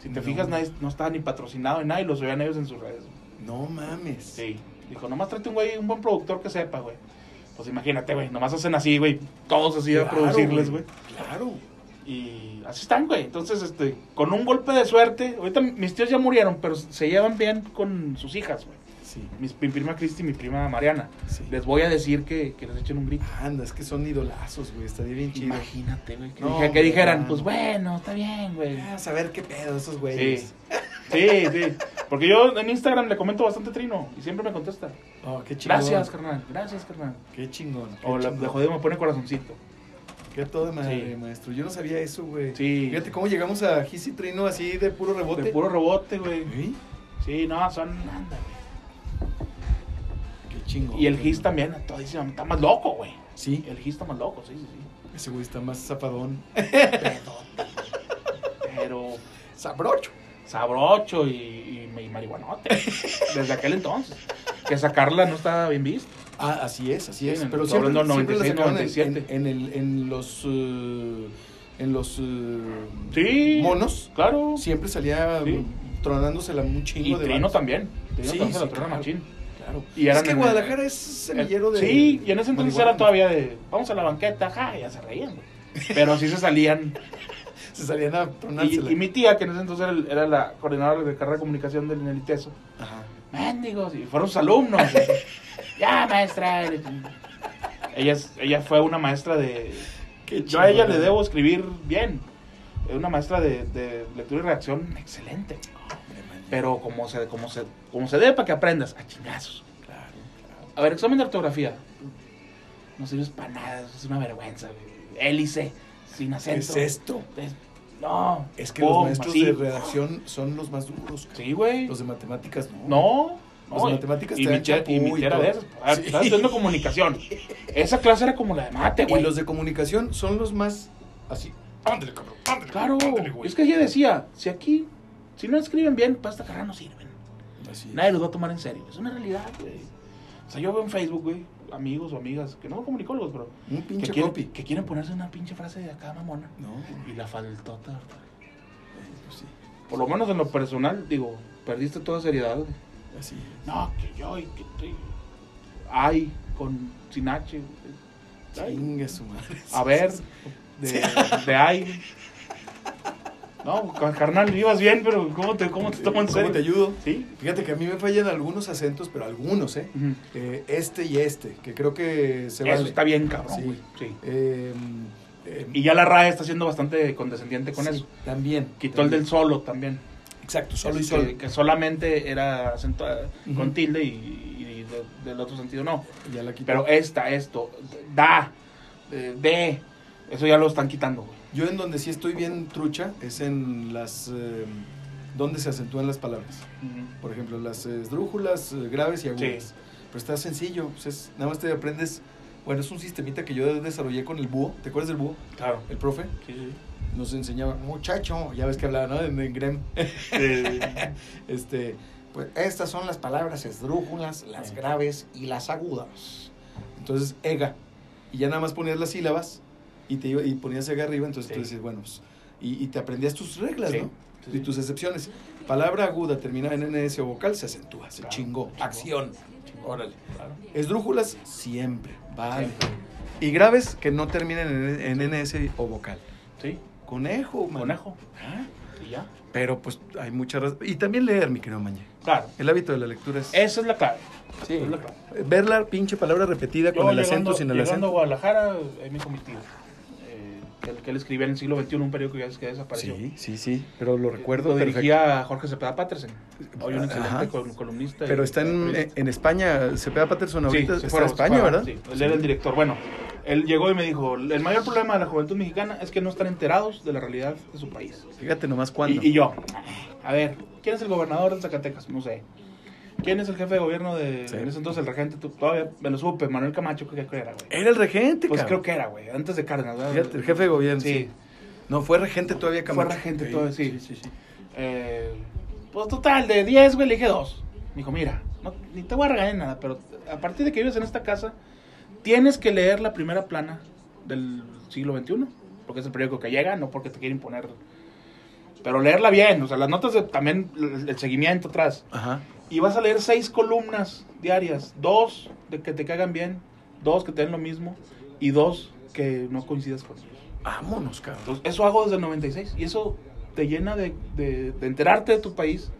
S3: Si te
S2: No.
S3: fijas, nadie, no estaba ni patrocinado ni nada y los veían ellos en sus redes.
S2: No mames.
S3: Sí. Dijo, nomás trate un güey, un buen productor que sepa, güey. Pues imagínate, güey. Nomás hacen así, güey. Todos así a
S2: Claro,
S3: producirles, güey.
S2: Claro.
S3: Y así están, güey. Entonces, este, con un golpe de suerte. Ahorita mis tíos ya murieron, pero se llevan bien con sus hijas, güey.
S2: Sí,
S3: Mis- Mi prima Cristi y mi prima Mariana.
S2: sí.
S3: Les voy a decir que, que les echen un grito.
S2: Anda, es que son idolazos, güey. Estaría bien chido.
S3: Imagínate, güey. Que,
S2: No,
S3: dije- que
S2: hombre,
S3: dijeran,
S2: no.
S3: pues bueno, está bien, güey.
S2: Ah, A saber qué pedo esos güeyes.
S3: Sí. Sí, sí. Porque yo en Instagram le comento bastante Trino y siempre me contesta.
S2: Oh, qué chingón.
S3: Gracias, carnal. Gracias, carnal.
S2: Qué chingón. qué
S3: O la,
S2: chingón.
S3: de jodido me pone corazoncito.
S2: Qué todo madre,
S3: Sí.
S2: maestro. Yo no sabía eso, güey.
S3: Sí.
S2: Fíjate cómo llegamos a Gis y Trino así de puro rebote. ¿Eh?
S3: De puro rebote, güey.
S2: Ey,
S3: Sí, no, son. anda,
S2: Qué chingo.
S3: güey. Y el Gis también, todísimo, está más loco, güey.
S2: Sí,
S3: El Gis está más loco, sí, sí, sí.
S2: ese güey está más
S3: *laughs*
S2: zapadón.
S3: Pero
S2: Sabrocho.
S3: sabrocho y, y, y marihuanote. Desde aquel entonces. Que sacarla no estaba bien visto.
S2: Ah, así es, así
S3: Sí,
S2: es.
S3: en el-
S2: Pero
S3: estoy
S2: siempre,
S3: hablando
S2: siempre la
S3: 96,
S2: sacaban en-
S3: 97.
S2: En, en el, en los... eh, en los... eh,
S3: Sí.
S2: Monos.
S3: Claro.
S2: Siempre salía
S3: Sí.
S2: tronándosela un chingo
S3: y
S2: de...
S3: Trino
S2: vatos.
S3: también. Trino
S2: Sí,
S3: también se
S2: sí,
S3: la truena
S2: claro.
S3: machín.
S2: Claro.
S3: Y eran
S2: es que
S3: en-
S2: Guadalajara es semillero de...
S3: Sí, y en ese entonces
S2: marihuana.
S3: era todavía de, vamos a la banqueta, ja, ya se reían, güey. Pero sí se
S2: *laughs*
S3: salían.
S2: Se salían a
S3: Y,
S2: tronársela.
S3: y mi tía, que en ese entonces era, el- era la coordinadora de carrera de comunicación del en el ITESO,
S2: Ajá.
S3: mendigos, y fueron sus
S2: *laughs*
S3: alumnos. güey. ya, maestra. Ella, es- ella fue una maestra de...
S2: Qué
S3: Yo a ella
S2: chingón.
S3: le debo escribir bien. Es una maestra de, de lectura y reacción excelente. Pero como se, como se, como se debe para que aprendas, a chingazos. A ver, examen de ortografía. No sirves para nada, es una vergüenza. güey. Hélice, sin
S2: ¿Qué
S3: acento.
S2: es esto?
S3: Es- no.
S2: Es que los
S3: Pum,
S2: maestros
S3: así.
S2: de redacción son los más duros. cabrón.
S3: Sí, güey.
S2: Los de matemáticas, ¿no?
S3: No. no,
S2: Los de
S3: y-
S2: Pues matemáticas
S3: y
S2: te
S3: mi
S2: dan
S3: tía-
S2: chapú
S3: Y mi
S2: y
S3: tía era
S2: todo.
S3: de esas. Ah,
S2: Sí.
S3: Estaba estudiando comunicación. Esa clase era como la de mate,
S2: Y
S3: güey.
S2: los de comunicación son los más así. Ándale, cabrón. ándale,
S3: Claro,
S2: ándale, güey.
S3: es que ella decía, si aquí, si no escriben bien, para esta carrera no sirven.
S2: Así es.
S3: Nadie los va a tomar en serio. Es una realidad, güey. O sea, yo veo en Facebook, güey, amigos o amigas, que no son comunicólogos, pero
S2: Un
S3: que
S2: pinche
S3: quieren,
S2: copy.
S3: que quieren ponerse una pinche frase de acá mamona.
S2: No,
S3: Y la faltota. güey.
S2: pues sí,
S3: Por lo menos en lo personal, digo, perdiste toda seriedad, güey.
S2: así es.
S3: No, que yo y que estoy. Ay, con sin H. güey. Ay,
S2: Chinga su
S3: *laughs*
S2: madre.
S3: A ver, de, de ahí. No, ca- carnal, ibas bien, pero ¿cómo te, cómo te toman en
S2: ¿Cómo
S3: serio?
S2: te ayudo?
S3: Sí.
S2: Fíjate que a mí me fallan algunos acentos, pero algunos, ¿eh?
S3: Ujú.
S2: Eh, este y este, que creo que se
S3: Eso
S2: vale.
S3: está bien, cabrón.
S2: Sí.
S3: güey. Sí.
S2: Eh, eh,
S3: Y ya la RAE está siendo bastante condescendiente con
S2: sí,
S3: eso.
S2: También.
S3: Quitó el
S2: también.
S3: del solo también.
S2: Exacto, solo y
S3: Ese
S2: solo.
S3: Que, que solamente era acento eh,
S2: Ujú.
S3: con tilde y, y de- del otro sentido no.
S2: Ya la quitó.
S3: Pero eh, esta, esto, da, eh, de, eso ya lo están quitando, güey.
S2: Yo en donde sí estoy bien trucha es en las... eh, donde se acentúan las palabras. Por ejemplo, las eh, esdrújulas eh, graves y agudas.
S3: Sí.
S2: Pero está sencillo. pues es- nada más te aprendes... Bueno, es un sistemita que yo desarrollé con el búho. ¿Te acuerdas del búho?
S3: Claro.
S2: El profe
S3: Sí, sí.
S2: nos enseñaba, muchacho, ya ves que hablaba, ¿no? En, en Grem. *laughs* Este, pues estas son las palabras esdrújulas, las
S3: Sí.
S2: graves y las agudas. Entonces, ega. Y ya nada más ponías las sílabas y, te iba- y ponías ega arriba, entonces tú
S3: Sí.
S2: decías, bueno, pues, y, y te aprendías tus reglas,
S3: Sí,
S2: Pues, ¿no?
S3: sí, sí.
S2: Y tus excepciones. Palabra aguda terminada en NS o vocal se acentúa, se
S3: Claro,
S2: chingó.
S3: chingó.
S2: Acción. Órale.
S3: Claro.
S2: Esdrújulas siempre. Vale.
S3: Siempre.
S2: Y graves que no terminen en, en NS o vocal.
S3: Sí,
S2: Conejo, man.
S3: conejo. Y ya.
S2: Pero pues hay muchas razones. Y también leer, mi querido Maña.
S3: Claro.
S2: El hábito de la lectura es.
S3: Esa es la clave.
S2: Sí.
S3: es la clave.
S2: Ver la pinche palabra repetida
S3: Yo
S2: con el
S3: llegando-
S2: acento, sin el
S3: llegando a
S2: acento.
S3: Guadalajara, ahí me cometí. Eh, el que él escribía en el siglo XXI, un periódico que ya es- que desapareció. Eh,
S2: Sí, sí, sí. Pero lo recuerdo.
S3: Lo
S2: perfecto. Ah,
S3: dirigía a Jorge Cepeda Patterson. Hoy un excelente
S2: Ajá.
S3: col- columnista. y-
S2: Pero está en,
S5: eh,
S3: periodista.
S2: en España. Cepeda Patterson
S3: Sí,
S2: ahorita está
S3: se
S2: en
S3: fueron, se
S2: España, ¿verdad?
S3: fueron, sí. él era el director. Bueno, él llegó y me dijo: El mayor problema de la juventud mexicana es que no están enterados de la realidad de su país.
S2: Fíjate nomás cuándo.
S3: Y, y yo, a ver, ¿quién es el gobernador de Zacatecas? No sé. ¿Quién es el jefe de gobierno de.
S2: Sí.
S3: En ese entonces el regente, tú- todavía me lo supe, Manuel Camacho, creo que creo era, güey.
S2: Era el regente,
S3: Pues creo
S2: cabrón.
S3: que era, güey, antes de Cárdenas, ¿verdad?
S2: Fíjate, el jefe de gobierno. Sí.
S3: Sí.
S2: No, fue regente todavía,
S3: Fue
S2: Camacho.
S3: regente todavía, sí.
S2: Sí, sí, sí.
S3: Eh, pues total, de 10, güey, le dije 2. Me dijo, mira, no, ni te voy a regalar en nada, pero a partir de que vives en esta casa, tienes que leer la primera plana del siglo XXI, porque es el periódico que llega, no porque te quieren poner. Pero leerla bien, o sea, las notas de- también, el el seguimiento atrás.
S2: Ajá.
S3: Y vas a leer seis columnas diarias. Dos de que te cagan bien, dos que te den lo mismo y dos que no coincidas con ellos.
S2: Vámonos, cabrón.
S3: Entonces, eso hago desde el 96 y eso te llena de, de- de enterarte de tu país,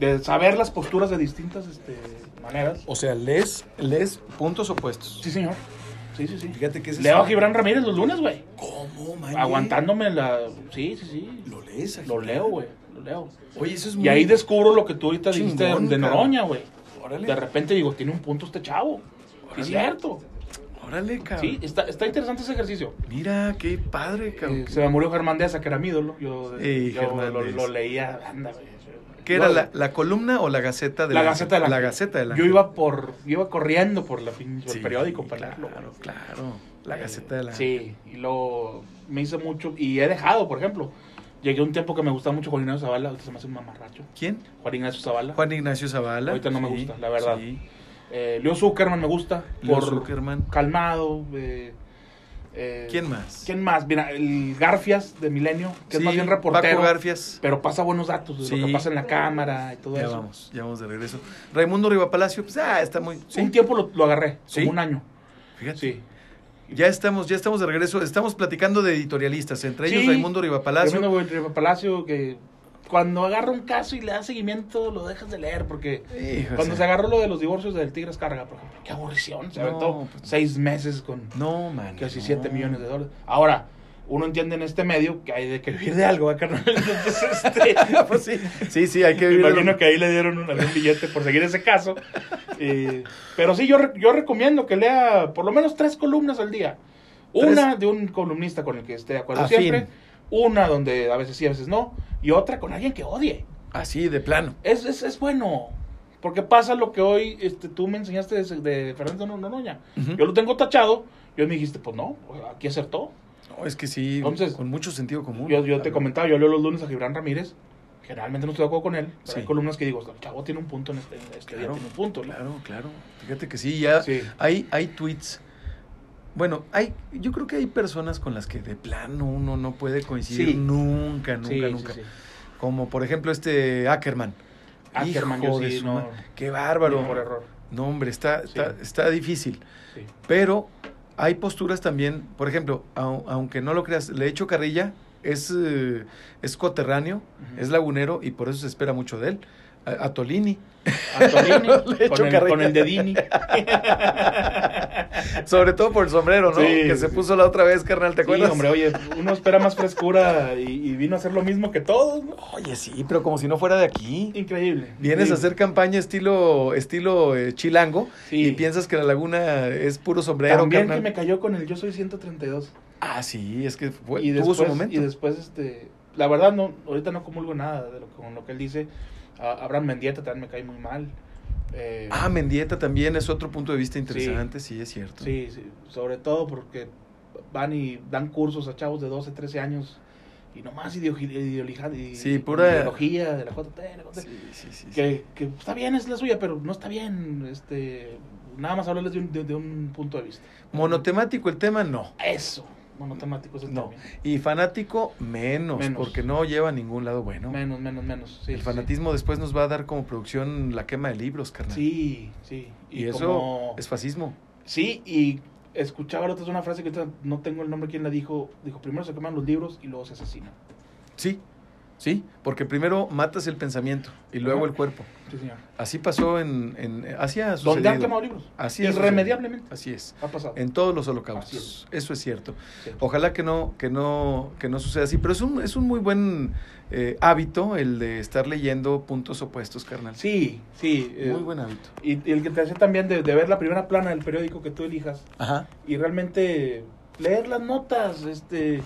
S3: de saber las posturas de distintas este, maneras.
S2: O sea, lees, lees puntos opuestos.
S3: Sí, señor. Sí, sí, sí.
S2: Fíjate que ese
S3: Leo a
S2: es-
S3: Gibran Ramírez los lunes, güey.
S2: ¿Cómo, Maña?
S3: Aguantándome la... Sí, sí, sí.
S2: Lo lees.
S3: Lo
S2: Agitado?
S3: leo, güey. Lo leo.
S2: Oye, eso es muy...
S3: Y ahí descubro lo que tú ahorita dijiste de-
S2: Chingón,
S3: de
S2: cabrón.
S3: Noroña, güey.
S2: Órale.
S3: De repente digo, tiene un punto este chavo. Es cierto.
S5: Órale, cabrón.
S3: Sí, está, está interesante ese ejercicio.
S5: Mira, qué padre, cabrón.
S3: Eh, se me murió Germán Díaz, que era mi ídolo. Yo,
S5: Ey,
S3: yo
S5: Germán
S3: lo,
S5: Díaz.
S3: lo leía. anda, güey.
S5: ¿Qué era
S3: Yo-
S5: la, la columna o la gaceta de
S3: La Gaceta del
S5: La
S3: Ángel.
S5: gaceta del
S3: Yo
S5: Ángel.
S3: iba por iba corriendo por la pinche-
S5: Sí,
S3: el periódico para leerlo.
S5: Claro,
S3: güey.
S5: claro. La
S3: Eh,
S5: gaceta de la
S3: Sí, y luego me hice mucho. Y he dejado, por ejemplo. Llegué a un tiempo que me gustaba mucho Juan Ignacio Zavala, ahorita se me hace un mamarracho.
S5: ¿Quién?
S3: Juan Ignacio Zavala.
S5: Juan Ignacio Zavala.
S3: Ahorita no me
S5: Sí,
S3: gusta, la verdad.
S5: Sí.
S3: Eh, Leo Zuckerman me gusta.
S5: Leo
S3: por
S5: Zuckerman.
S3: Calmado. eh, eh,
S5: ¿Quién más?
S3: ¿Quién más? Mira, el Garfias de Milenio, que
S5: Sí,
S3: es más bien reportero.
S5: Paco Garfias.
S3: Pero pasa buenos datos de
S5: Sí.
S3: lo que pasa en la cámara y todo
S5: Ya
S3: eso.
S5: vamos, ya vamos de regreso. Raimundo Rivapalacio, pues ah, está muy. Sí,
S3: Un tiempo lo, lo agarré,
S5: Sí.
S3: como un año.
S5: fíjate.
S3: Sí.
S5: Ya estamos, ya estamos de regreso. Estamos platicando de editorialistas, entre ellos
S3: Sí.
S5: Raimundo Rivapalacio.
S3: Tremendo, güey, Tremendo Palacio, que cuando agarra un caso y le da seguimiento, lo dejas de leer, porque
S5: Hijo,
S3: cuando
S5: o
S3: se
S5: sea,
S3: agarró lo de los divorcios del Tigres Carga, por ejemplo, qué aburrición, se
S5: No,
S3: aventó
S5: pues-
S3: seis meses con
S5: No, man.
S3: casi
S5: no.
S3: 7 millones de dólares. Ahora, uno entiende en este medio que hay de que vivir de algo, ¿eh, carnal? *laughs* Entonces, este,
S5: *laughs* Pues *laughs* sí, sí, sí, hay que
S3: me
S5: vivir. de
S3: imagino
S5: lo-
S3: que ahí le dieron un, algún billete por seguir ese caso. Eh, pero sí, yo, re- yo recomiendo que lea por lo menos tres columnas al día. Una de un columnista con el que esté de acuerdo
S5: Afín.
S3: siempre, una donde a veces sí, a veces no, y otra con alguien que odie.
S5: Así, de plano.
S3: Es, es, es bueno, porque pasa lo que hoy este, tú me enseñaste de, de Fernando No- Noroña.
S5: Ujú.
S3: Yo lo tengo tachado, yo me dijiste, pues no, aquí acertó.
S5: No, es que sí,
S3: Entonces,
S5: con mucho sentido común.
S3: Yo, yo te comentaba, yo leo los lunes a Gibran Ramírez. Generalmente no estoy de acuerdo con él. Pero
S5: Sí.
S3: Hay columnas que digo, el chavo tiene un punto en este, este día,
S5: Claro,
S3: tiene un punto. ¿no?
S5: Claro, claro. Fíjate que sí, ya
S3: Sí.
S5: hay, hay tweets. Bueno, hay, yo creo que hay personas con las que de plano uno no puede coincidir
S3: Sí.
S5: nunca, nunca,
S3: Sí, sí,
S5: nunca.
S3: sí.
S5: Como por ejemplo este Ackerman.
S3: Ackerman,
S5: Hijo
S3: Ah, yo
S5: de
S3: sí,
S5: su
S3: no.
S5: ma- Qué bárbaro.
S3: Por error.
S5: No, hombre, está, está,
S3: Sí.
S5: está difícil. *laughs*
S3: Sí.
S5: Pero hay posturas también, por ejemplo, au- aunque no lo creas, le echo carrilla, es, eh, es coterráneo,
S3: Ujú.
S5: es lagunero y por eso se espera mucho de él. A,
S3: *laughs*
S5: a Tolini,
S3: Antolini,
S5: *laughs* Le echo
S3: con, el,
S5: carrilla.
S3: con el de
S5: *laughs*
S3: Dini.
S5: sobre todo por el sombrero, ¿no?
S3: Sí,
S5: que se
S3: sí.
S5: puso la otra vez, carnal,
S3: Sí,
S5: ¿te acuerdas?
S3: hombre, oye, uno espera más frescura y, y vino a hacer lo mismo que todos. ¿no?
S5: Oye, sí, pero como si no fuera de aquí.
S3: Increíble.
S5: Vienes
S3: increíble.
S5: a hacer campaña estilo estilo eh, chilango
S3: Sí.
S5: y piensas que la laguna es puro sombrero,
S3: También
S5: carnal.
S3: que me cayó con el Yo Soy 132.
S5: Ah, sí, es que fue,
S3: y
S5: tuvo
S3: después,
S5: su momento.
S3: Y después, este, la verdad, no, ahorita no comulgo nada de lo, con lo que él dice. A- Abraham Mendieta también me cae muy mal. Eh,
S5: Ah, Mendieta también es otro punto de vista interesante, sí, es cierto.
S3: sí, sí, sobre todo porque van y dan cursos a chavos de 12, 13 años y nomás ideologi- ideolija- y-
S5: Sí, pura-
S3: ideología de la JT, la JT,
S5: Sí, sí, sí, sí.
S3: que, que está bien, es la suya, pero no está bien. Este, nada más hablarles de un, de- de un punto de vista.
S5: Monotemático el tema, no.
S3: Eso, monotemático es el
S5: No.
S3: término.
S5: Y fanático, menos,
S3: Menos.
S5: porque no lleva a ningún lado bueno.
S3: Menos, menos, menos. sí,
S5: el
S3: sí, sí.
S5: fanatismo después nos va a dar como producción la quema de libros, carnal.
S3: Sí, sí.
S5: y, eso
S3: como-
S5: es fascismo.
S3: Sí, y escuchaba la otra vez una frase que ahorita no tengo el nombre quién la dijo. Dijo, primero se queman los libros y luego se asesina.
S5: Sí, sí, porque primero matas el pensamiento y luego
S3: Ajá.
S5: el cuerpo.
S3: Sí, señor.
S5: Así pasó en, en Asia. ha
S3: ¿Dónde han
S5: sucedido.
S3: quemado libros?
S5: Así es.
S3: Irremediablemente.
S5: Así es.
S3: Ha pasado.
S5: En todos los
S3: Así
S5: holocaustos.
S3: es.
S5: Eso es cierto.
S3: Sí.
S5: Ojalá que no, que no, que no suceda así, pero es un, es un muy buen eh, hábito el de estar leyendo puntos opuestos, carnal.
S3: Sí, sí. eh,
S5: Muy buen hábito.
S3: Y, y el que te hace también de, de ver la primera plana del periódico que tú elijas
S5: Ajá.
S3: y realmente leer las notas, este.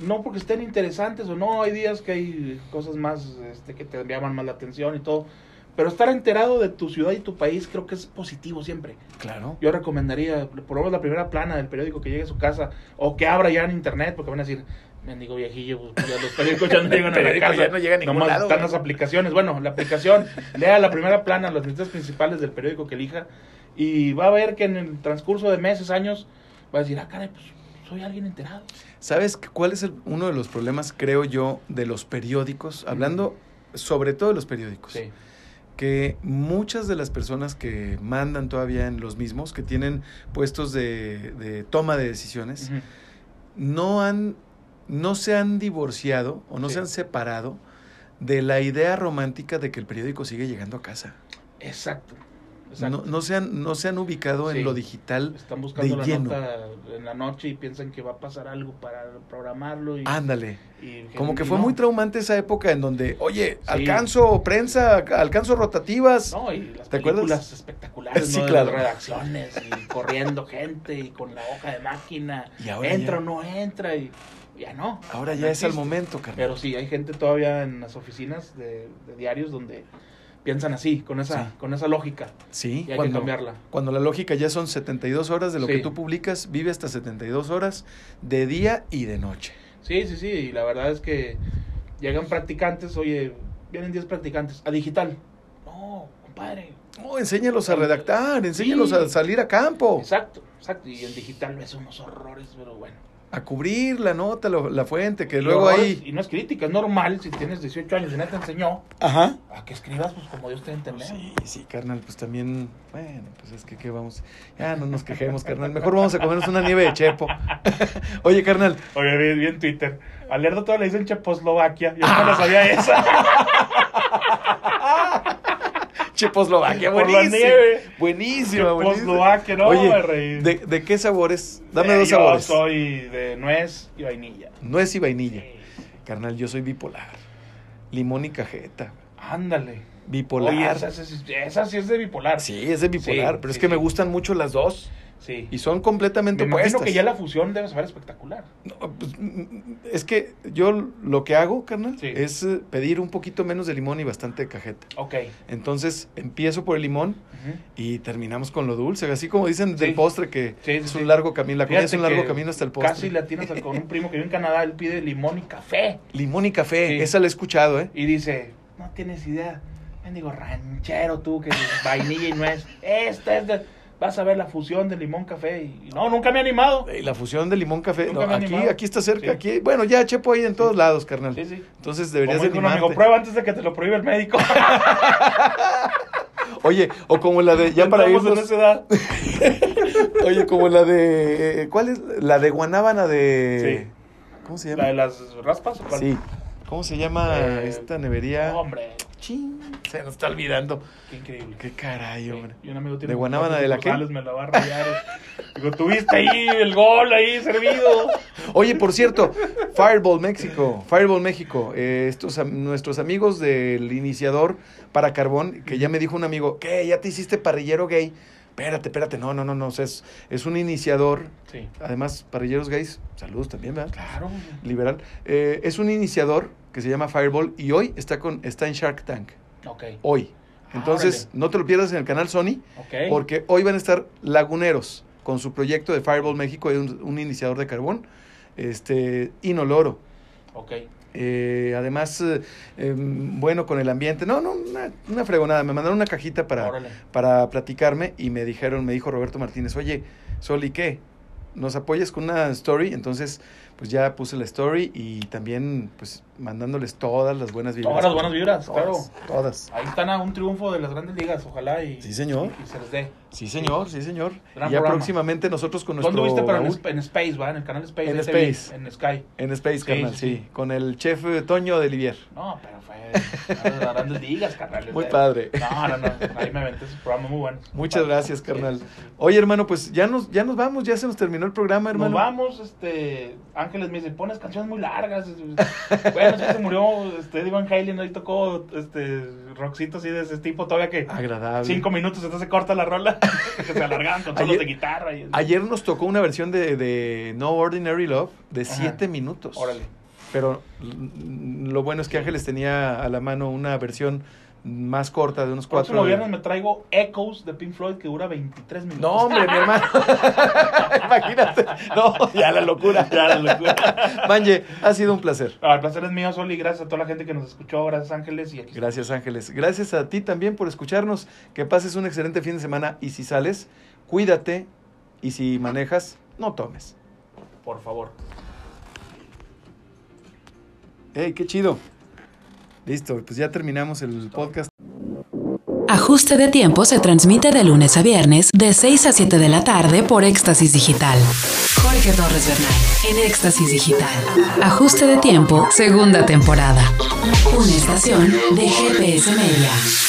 S3: No porque estén interesantes o no, hay días que hay cosas más este, que te llaman más la atención y todo. Pero estar enterado de tu ciudad y tu país creo que es positivo siempre.
S5: Claro.
S3: Yo recomendaría, por lo menos la primera plana del periódico que llegue a su casa o que abra ya en internet, porque van a decir, mendigo viejillo, pues, ya los periódicos
S5: *laughs*
S3: ya no llegan a la
S5: Periódico
S3: casa.
S5: ya no llega a ningún
S3: Nomás
S5: lado,
S3: están
S5: güey.
S3: las aplicaciones. Bueno, la
S5: *laughs*
S3: aplicación, lea la primera plana, las noticias principales del periódico que elija y va a ver que en el transcurso de meses, años, va a decir, ah, caray, pues soy alguien enterado.
S5: ¿Sabes qué- cuál es el- uno de los problemas, creo yo, de los periódicos? Hablando sobre todo de los periódicos. que muchas de las personas que mandan todavía en los mismos, que tienen puestos de, de toma de decisiones,
S3: Ujú.
S5: no han, no se han divorciado o no
S3: Sí.
S5: se han separado de la idea romántica de que el periódico sigue llegando a casa.
S3: Exacto. Exacto.
S5: No, no se han, no se han ubicado
S3: Sí.
S5: en lo digital.
S3: Están buscando
S5: de
S3: la
S5: lleno.
S3: nota en la noche y piensan que va a pasar algo para programarlo. Y,
S5: Ándale.
S3: y-
S5: Ah, Como que
S3: y
S5: fue
S3: no.
S5: muy traumante esa época en donde, oye,
S3: Sí.
S5: alcanzo prensa, alcanzo rotativas.
S3: No, y las
S5: ¿Te acuerdas?
S3: películas espectaculares,
S5: *laughs* Sí,
S3: ¿no? De
S5: claro.
S3: las redacciones y *laughs* corriendo gente y con la hoja de máquina.
S5: Y ahora
S3: entra
S5: ya.
S3: o no entra y ya no.
S5: Ahora
S3: No
S5: ya es el
S3: existe.
S5: momento, carnal.
S3: Pero sí, hay gente todavía en las oficinas de, de diarios donde piensan así, con esa,
S5: Sí.
S3: con esa lógica.
S5: Sí,
S3: Y hay que
S5: cuando,
S3: cambiarla.
S5: cuando la lógica ya son 72 horas de lo
S3: Sí.
S5: que tú publicas, vive hasta 72 horas de día y de noche.
S3: Sí, sí, sí. Y la verdad es que llegan practicantes, oye, vienen 10 practicantes a digital. No, compadre.
S5: No, enséñalos a redactar, enséñalos
S3: Sí.
S5: a salir a campo,
S3: Exacto, exacto. Y en digital ves unos horrores, pero bueno.
S5: a cubrir la nota, lo- la fuente, que
S3: Y
S5: luego
S3: horrores,
S5: ahí...
S3: Y no es crítica, es normal. Si tienes 18 años y nadie te enseñó
S5: Ajá.
S3: a que escribas, pues como Dios te entendé.
S5: Sí, sí, carnal, pues también, bueno, pues es que qué vamos, ya no nos quejemos, carnal, mejor vamos a comernos una nieve de chepo. *laughs* Oye, carnal,
S3: Oye, vi, vi en Twitter. Al Lerdo todavía le dicen Cheposlovaquia. Yo
S5: Ah,
S3: no la sabía
S5: *laughs*
S3: esa.
S5: Cheposlovaquia,
S3: Por la
S5: buenísimo.
S3: nieve.
S5: Buenísima, buenísima.
S3: Cheposlovaquia, no,
S5: Oye,
S3: me reí.
S5: ¿de, de qué sabores? Dame
S3: Eh,
S5: dos
S3: yo
S5: sabores.
S3: soy de nuez y vainilla.
S5: Nuez y vainilla. Carnal, yo soy bipolar. Limón y cajeta.
S3: Ándale.
S5: Bipolar.
S3: Oye, esa, sí- esa sí es de bipolar.
S5: Sí, es de bipolar,
S3: Sí,
S5: pero es
S3: sí,
S5: que
S3: sí.
S5: me gustan mucho las dos
S3: Sí.
S5: y son completamente
S3: Me imagino
S5: opuestas.
S3: que ya la fusión debe saber espectacular.
S5: No, pues, mm, es que yo lo que hago, carnal,
S3: Sí.
S5: es eh, pedir un poquito menos de limón y bastante de cajeta.
S3: Ok.
S5: Entonces empiezo por el limón
S3: Ujú.
S5: y terminamos con lo dulce, así como dicen del
S3: Sí.
S5: postre que
S3: Sí, sí,
S5: es un
S3: sí.
S5: largo camino, la comida es
S3: Fíjate
S5: un largo
S3: que
S5: camino hasta el postre.
S3: Casi la tienes con un primo que vive en Canadá, él pide limón y café.
S5: Limón y café,
S3: Sí.
S5: esa la he escuchado, ¿eh?
S3: Y dice, no tienes idea. Mendigo ranchero tú, que vainilla y nuez. Esta es de... Vas a ver la fusión de limón, café. Y... No, nunca me he animado.
S5: Eh, La fusión de limón café,
S3: Nunca
S5: no,
S3: me he
S5: aquí,
S3: animado.
S5: aquí está cerca,
S3: Sí.
S5: aquí, bueno, ya chepo ahí en todos lados, carnal.
S3: Sí, sí.
S5: Entonces
S3: Como
S5: deberías de
S3: dijo un amigo,
S5: animarte.
S3: prueba antes de que te lo prohíbe el
S5: *laughs*
S3: médico.
S5: Oye, o como la de ya para
S3: Entramos en
S5: irnos,
S3: esa edad.
S5: *laughs* oye, como la de eh, ¿cuál es la de Guanábana de ¿Cómo se
S3: La de
S5: llama?
S3: las raspas. ¿o cuál?
S5: Sí. ¿Cómo se llama
S3: Eh,
S5: esta nevería?
S3: Hombre,
S5: Chin, se nos está olvidando.
S3: qué increíble.
S5: Qué caray,
S3: Sí,
S5: hombre.
S3: Y un amigo tiene
S5: ¿De
S3: un
S5: Guanábana de la qué?
S3: González, me la va a rayar. Digo, tuviste ahí el gol ahí servido.
S5: Oye, por cierto, Fireball México, Fireball México, eh, estos am- nuestros amigos del iniciador para carbón, que ya me dijo un amigo, ¿qué? ¿Ya te hiciste parrillero gay? Espérate, espérate, no, no, no, no, o sea, es, es un iniciador,
S3: Sí.
S5: además, parrilleros gays, saludos también, ¿verdad?
S3: Claro.
S5: Liberal, eh, es un iniciador que se llama Fireball y hoy está, con, está en Shark Tank,
S3: Ok.
S5: hoy.
S3: Ah,
S5: Entonces,
S3: órale.
S5: no te lo pierdas en el canal Sony,
S3: Ok.
S5: porque hoy van a estar laguneros con su proyecto de Fireball México, un, un iniciador de carbón, este, inoloro.
S3: Ok.
S5: Eh, además, eh, em, bueno con el ambiente. No, no, una, una fregonada. Me mandaron una cajita para,
S3: Órale.
S5: para platicarme y me dijeron, me dijo Roberto Martínez, oye, Soli, ¿qué? ¿Nos apoyas con una story? Entonces, pues ya puse la story y también, pues, mandándoles todas las buenas vibras.
S3: Todas las buenas vibras, claro.
S5: Todas, todas.
S3: Ahí están a un triunfo de las grandes ligas, ojalá y,
S5: Sí, señor.
S3: y se les dé.
S5: Sí, señor, sí, señor.
S3: Gran
S5: y ya
S3: programa.
S5: próximamente nosotros con nuestro
S3: ¿Dónde viste pero en,
S5: baúl-
S3: es- en Space, va? En el canal Space.
S5: En
S3: de TV,
S5: Space.
S3: En Sky.
S5: en Space,
S3: Sí,
S5: carnal,
S3: sí,
S5: sí,
S3: sí.
S5: Con el chef eh, Toño de Livier.
S3: No, pero fue de las grandes ligas, carnal.
S5: Muy padre.
S3: No, no, no. Ahí me aventé ese programa muy bueno.
S5: Muchas
S3: Padre.
S5: gracias, carnal.
S3: Sí, sí, sí.
S5: Oye, hermano, pues ya nos, ya nos vamos, ya se nos terminó el programa, hermano.
S3: Nos vamos, este, Ángeles me dice, pones canciones muy largas. Bueno, es que se murió, este, Eddie Van Halen, ahí tocó, este, rockcito así de ese tipo, todavía que
S5: Agradable.
S3: cinco minutos, entonces se corta la rola, *laughs* que se alargaban con solos
S5: Ayer-
S3: de guitarra. Y,
S5: Ayer nos tocó una versión de, de No Ordinary Love de
S3: Ajá.
S5: siete minutos.
S3: Órale.
S5: Pero mm, lo bueno es que Ángeles tenía a la mano una versión más corta de unos cuatro.
S3: Próximo viernes me traigo Echoes de Pink Floyd, que dura 23 minutos.
S5: No, hombre, mi hermano. *laughs* Imagínate. No, *laughs* ya la locura.
S3: *laughs* Ya, la locura. *laughs*
S5: Manje, ha sido un placer.
S3: Ah, el placer es mío, Soli, gracias a toda la gente que nos escuchó, gracias Ángeles, y aquí
S5: Gracias, Ángeles. Gracias a ti también por escucharnos. Que pases un excelente fin de semana. Y si sales, cuídate. Y si manejas, no tomes.
S3: por favor.
S5: ¡Ey, qué chido! Listo, pues ya terminamos el podcast.
S1: Ajuste de tiempo se transmite de lunes a viernes de 6 a 7 de la tarde por Éxtasis Digital. Jorge Torres Bernal en Éxtasis Digital. Ajuste de tiempo, segunda temporada. Una estación de GPS Media.